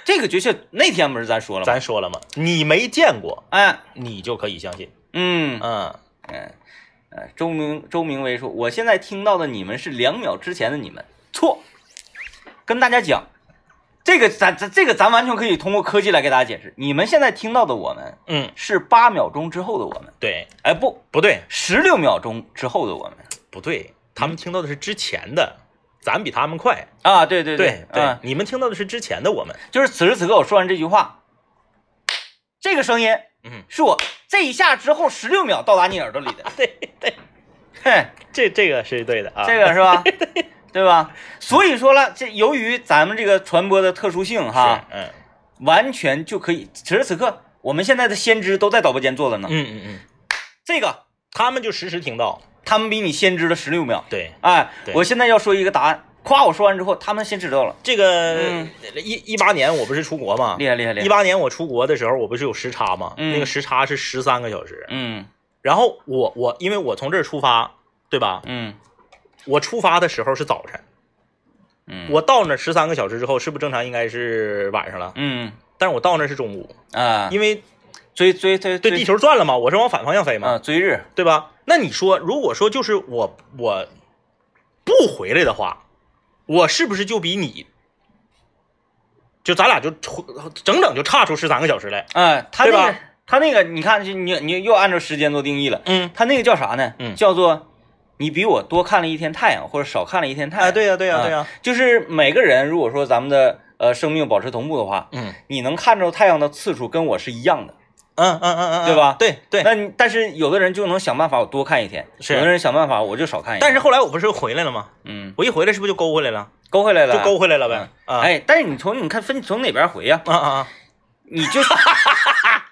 [SPEAKER 1] 这个绝学那天不是咱说了吗？
[SPEAKER 2] 咱说了嘛，你没见过，
[SPEAKER 1] 哎，
[SPEAKER 2] 你就可以相信，
[SPEAKER 1] 嗯。
[SPEAKER 2] 嗯。
[SPEAKER 1] 嗯，呃，周明周明威说，我现在听到的你们是两秒之前的你们，错。跟大家讲，这个咱咱这个咱完全可以通过科技来给大家解释。你们现在听到的我们
[SPEAKER 2] 嗯，
[SPEAKER 1] 是八秒钟之后的我们，
[SPEAKER 2] 对，
[SPEAKER 1] 哎不，
[SPEAKER 2] 不对，
[SPEAKER 1] 十六秒钟之后的我们
[SPEAKER 2] 不对，他们听到的是之前的，咱比他们快。
[SPEAKER 1] 啊，对对
[SPEAKER 2] 对
[SPEAKER 1] 对，嗯，
[SPEAKER 2] 你们听到的是之前的我们。
[SPEAKER 1] 就是此时此刻我说完这句话，这个声音
[SPEAKER 2] 嗯，
[SPEAKER 1] 是我这一下之后十六秒到达你耳朵里的，
[SPEAKER 2] [laughs] 对对，
[SPEAKER 1] 嘿。
[SPEAKER 2] 这这个是对的啊。
[SPEAKER 1] 这个是
[SPEAKER 2] [laughs]
[SPEAKER 1] 吧？对吧？所以说了，这由于咱们这个传播的特殊性哈
[SPEAKER 2] 是，，嗯
[SPEAKER 1] 完全就可以。此时此刻，我们现在的先知都在导播间坐着呢。
[SPEAKER 2] 嗯嗯嗯，
[SPEAKER 1] 这个
[SPEAKER 2] 他们就实时听到。
[SPEAKER 1] 他们比你先知了十六秒。
[SPEAKER 2] 对，
[SPEAKER 1] 哎，
[SPEAKER 2] 对
[SPEAKER 1] 我现在要说一个答案，夸我说完之后，他们先知道了，
[SPEAKER 2] 这个
[SPEAKER 1] 嗯
[SPEAKER 2] 一一八年我不是出国嘛？
[SPEAKER 1] 厉害厉害厉
[SPEAKER 2] 啊一
[SPEAKER 1] 害。
[SPEAKER 2] 八年我出国的时候，我不是有时差嘛？
[SPEAKER 1] 嗯
[SPEAKER 2] 那个时差是十三个小时，
[SPEAKER 1] 嗯
[SPEAKER 2] 然后我我因为我从这儿出发，对吧？
[SPEAKER 1] 嗯
[SPEAKER 2] 我出发的时候是早晨，
[SPEAKER 1] 嗯，
[SPEAKER 2] 我到那儿十三个小时之后，是不是正常应该是晚上了？
[SPEAKER 1] 嗯
[SPEAKER 2] 但是我到那儿是中午，
[SPEAKER 1] 啊，
[SPEAKER 2] 因为
[SPEAKER 1] 追追追
[SPEAKER 2] 对地球转了嘛，我是往反方向飞嘛，
[SPEAKER 1] 啊追日，
[SPEAKER 2] 对吧？那你说，如果说就是我我不回来的话，我是不是就比你，就咱俩就整整就差出十三个小时来？
[SPEAKER 1] 啊，他那
[SPEAKER 2] 对
[SPEAKER 1] 个
[SPEAKER 2] 吧
[SPEAKER 1] 他那个，你看就你你又按照时间做定义了，
[SPEAKER 2] 嗯，
[SPEAKER 1] 他那个叫啥呢？
[SPEAKER 2] 嗯
[SPEAKER 1] 叫做你比我多看了一天太阳，或者少看了一天太阳。
[SPEAKER 2] 哎，对呀、对呀、
[SPEAKER 1] 啊
[SPEAKER 2] 对呀、
[SPEAKER 1] 就是每个人如果说咱们的呃生命保持同步的话，
[SPEAKER 2] 嗯
[SPEAKER 1] 你能看着太阳的次数跟我是一样的。
[SPEAKER 2] 嗯嗯嗯嗯，
[SPEAKER 1] 对吧
[SPEAKER 2] 对对。
[SPEAKER 1] 那你但是有的人就能想办法我多看一天，
[SPEAKER 2] 是
[SPEAKER 1] 有的人想办法我就少看一天。
[SPEAKER 2] 但是后来我不是回来了吗？
[SPEAKER 1] 嗯，
[SPEAKER 2] 我一回来是不是就勾回来了？
[SPEAKER 1] 勾回来了，
[SPEAKER 2] 就勾回来了呗。啊，
[SPEAKER 1] 哎，但是你从你看分从哪边回呀、
[SPEAKER 2] 啊啊
[SPEAKER 1] 你
[SPEAKER 2] [laughs]
[SPEAKER 1] 就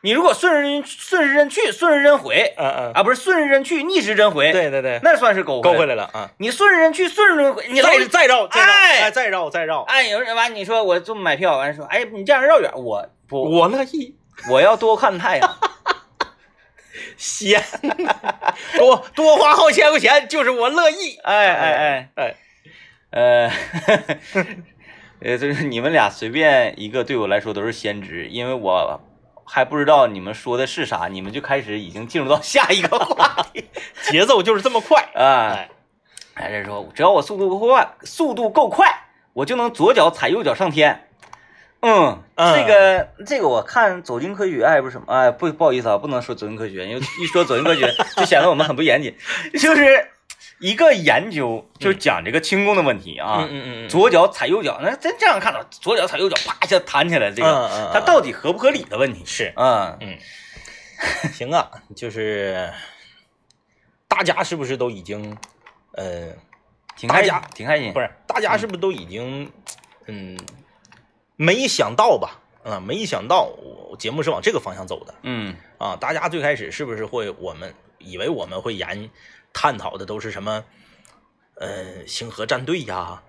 [SPEAKER 1] 你如果顺时针顺时针去，顺时针回
[SPEAKER 2] 啊啊啊！
[SPEAKER 1] 啊，不是顺时针去，逆时针回，，
[SPEAKER 2] 对对对，
[SPEAKER 1] 那算是勾
[SPEAKER 2] 勾
[SPEAKER 1] 回
[SPEAKER 2] 回
[SPEAKER 1] 来。
[SPEAKER 2] 来了啊！
[SPEAKER 1] 你顺时针去，顺时针回，你老
[SPEAKER 2] 再再绕，再绕，
[SPEAKER 1] 哎
[SPEAKER 2] 哎，再绕，再绕。
[SPEAKER 1] 哎，有人完你说我这么买票，完说哎你这样绕远，我不
[SPEAKER 2] 我乐意
[SPEAKER 1] 我要多看太阳。
[SPEAKER 2] 闲， [laughs] 多多花好千块钱，就是我乐意。
[SPEAKER 1] 哎哎哎，
[SPEAKER 2] 哎，
[SPEAKER 1] 呃， [laughs] 呃，就是你们俩随便一个对我来说都是先知，因为我还不知道你们说的是啥，你们就开始已经进入到下一个话题
[SPEAKER 2] 节奏就是这么快。
[SPEAKER 1] 啊
[SPEAKER 2] 哎。
[SPEAKER 1] 哎，这说只要我速度够快，速度够快，我就能左脚踩右脚上天。嗯，
[SPEAKER 2] 嗯
[SPEAKER 1] 这个这个我看《走进科学》哎，不是什么哎，不不好意思啊，不能说《走进科学》，因为一说《走进
[SPEAKER 2] [laughs]
[SPEAKER 1] 科学》就显得我们很不严谨。就是一个研究，就是讲这个轻功的问题啊。
[SPEAKER 2] 嗯嗯嗯，
[SPEAKER 1] 左脚踩右脚，那真这样看到左脚踩右脚，啪一下弹起来，这个、
[SPEAKER 2] 嗯嗯
[SPEAKER 1] 它到底合不合理的问题。
[SPEAKER 2] 是
[SPEAKER 1] 嗯
[SPEAKER 2] 行啊，就是大家是不是都已经呃，
[SPEAKER 1] 挺开心
[SPEAKER 2] 大家，
[SPEAKER 1] 挺开心。
[SPEAKER 2] 不
[SPEAKER 1] 是，
[SPEAKER 2] 是大家是不是都已经嗯没想到吧？啊，没想到我节目是往这个方向走的。
[SPEAKER 1] 嗯
[SPEAKER 2] 啊，大家最开始是不是会我们以为我们会研探讨的都是什么，呃，星河战队呀、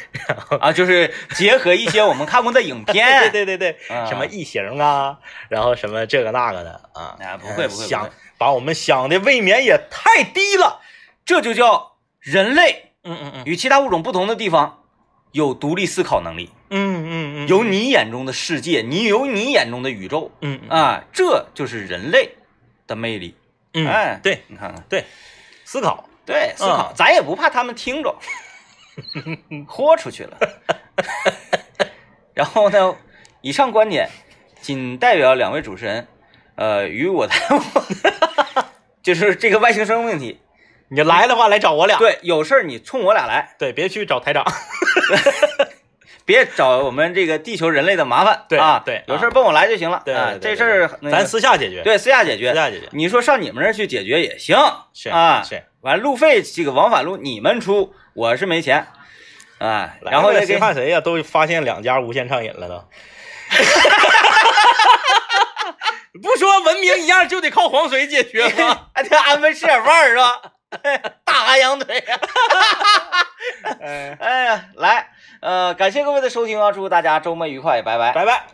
[SPEAKER 2] [laughs]
[SPEAKER 1] 啊，就是结合一些我们看过的影片，
[SPEAKER 2] [laughs] 对对对对，
[SPEAKER 1] 啊
[SPEAKER 2] 什么异形啊，然后什么这个那个的啊，
[SPEAKER 1] 啊不会不会
[SPEAKER 2] 呃
[SPEAKER 1] 不会
[SPEAKER 2] 想把我们想的未免也太低了，
[SPEAKER 1] 这就叫人类
[SPEAKER 2] 嗯嗯嗯
[SPEAKER 1] 与其他物种不同的地方，有独立思考能力，
[SPEAKER 2] 嗯嗯嗯，
[SPEAKER 1] 有你眼中的世界，你有你眼中的宇宙
[SPEAKER 2] 嗯嗯
[SPEAKER 1] 啊，这就是人类的魅力。
[SPEAKER 2] 嗯，
[SPEAKER 1] 哎
[SPEAKER 2] 对
[SPEAKER 1] 你看看，
[SPEAKER 2] 对，思考，
[SPEAKER 1] 对，思
[SPEAKER 2] 嗯
[SPEAKER 1] 考，咱也不怕他们听
[SPEAKER 2] [laughs]
[SPEAKER 1] 着，豁出去了。 [laughs] 然后呢，以上观点仅代表两位主持人，呃，与我的， [laughs] 就是这个外星生物问题，
[SPEAKER 2] 你来的话来找我俩，
[SPEAKER 1] 对，啊有事儿你冲我俩来，
[SPEAKER 2] 对，别去找台长，
[SPEAKER 1] 别找我们这个地球人类的麻烦，
[SPEAKER 2] 对
[SPEAKER 1] 啊，
[SPEAKER 2] 对
[SPEAKER 1] 有事儿奔我来就行了，
[SPEAKER 2] 对
[SPEAKER 1] 啊
[SPEAKER 2] 对，
[SPEAKER 1] 这
[SPEAKER 2] 对
[SPEAKER 1] 事儿那个
[SPEAKER 2] 咱私下解决，
[SPEAKER 1] 对私下解决，
[SPEAKER 2] 私下解决
[SPEAKER 1] 你说上你们那儿去解决也行，
[SPEAKER 2] 是
[SPEAKER 1] 啊，
[SPEAKER 2] 是。
[SPEAKER 1] 完路费这个往返路你们出，我是没钱，啊，
[SPEAKER 2] 来
[SPEAKER 1] 然后
[SPEAKER 2] 了
[SPEAKER 1] 再
[SPEAKER 2] 谁
[SPEAKER 1] 给 [laughs]
[SPEAKER 2] 怕谁呀、都发现两家无限畅饮了都。 [laughs] 不说文明一样就得靠黄水解决
[SPEAKER 1] [laughs]
[SPEAKER 2] 吗？
[SPEAKER 1] 还得安排吃点饭儿是吧？ [laughs] 大韩羊
[SPEAKER 2] [laughs]
[SPEAKER 1] 腿啊！
[SPEAKER 2] 哎，
[SPEAKER 1] 哎呀，来，呃，感谢各位的收听啊，祝大家周末愉快，拜拜。
[SPEAKER 2] 拜拜。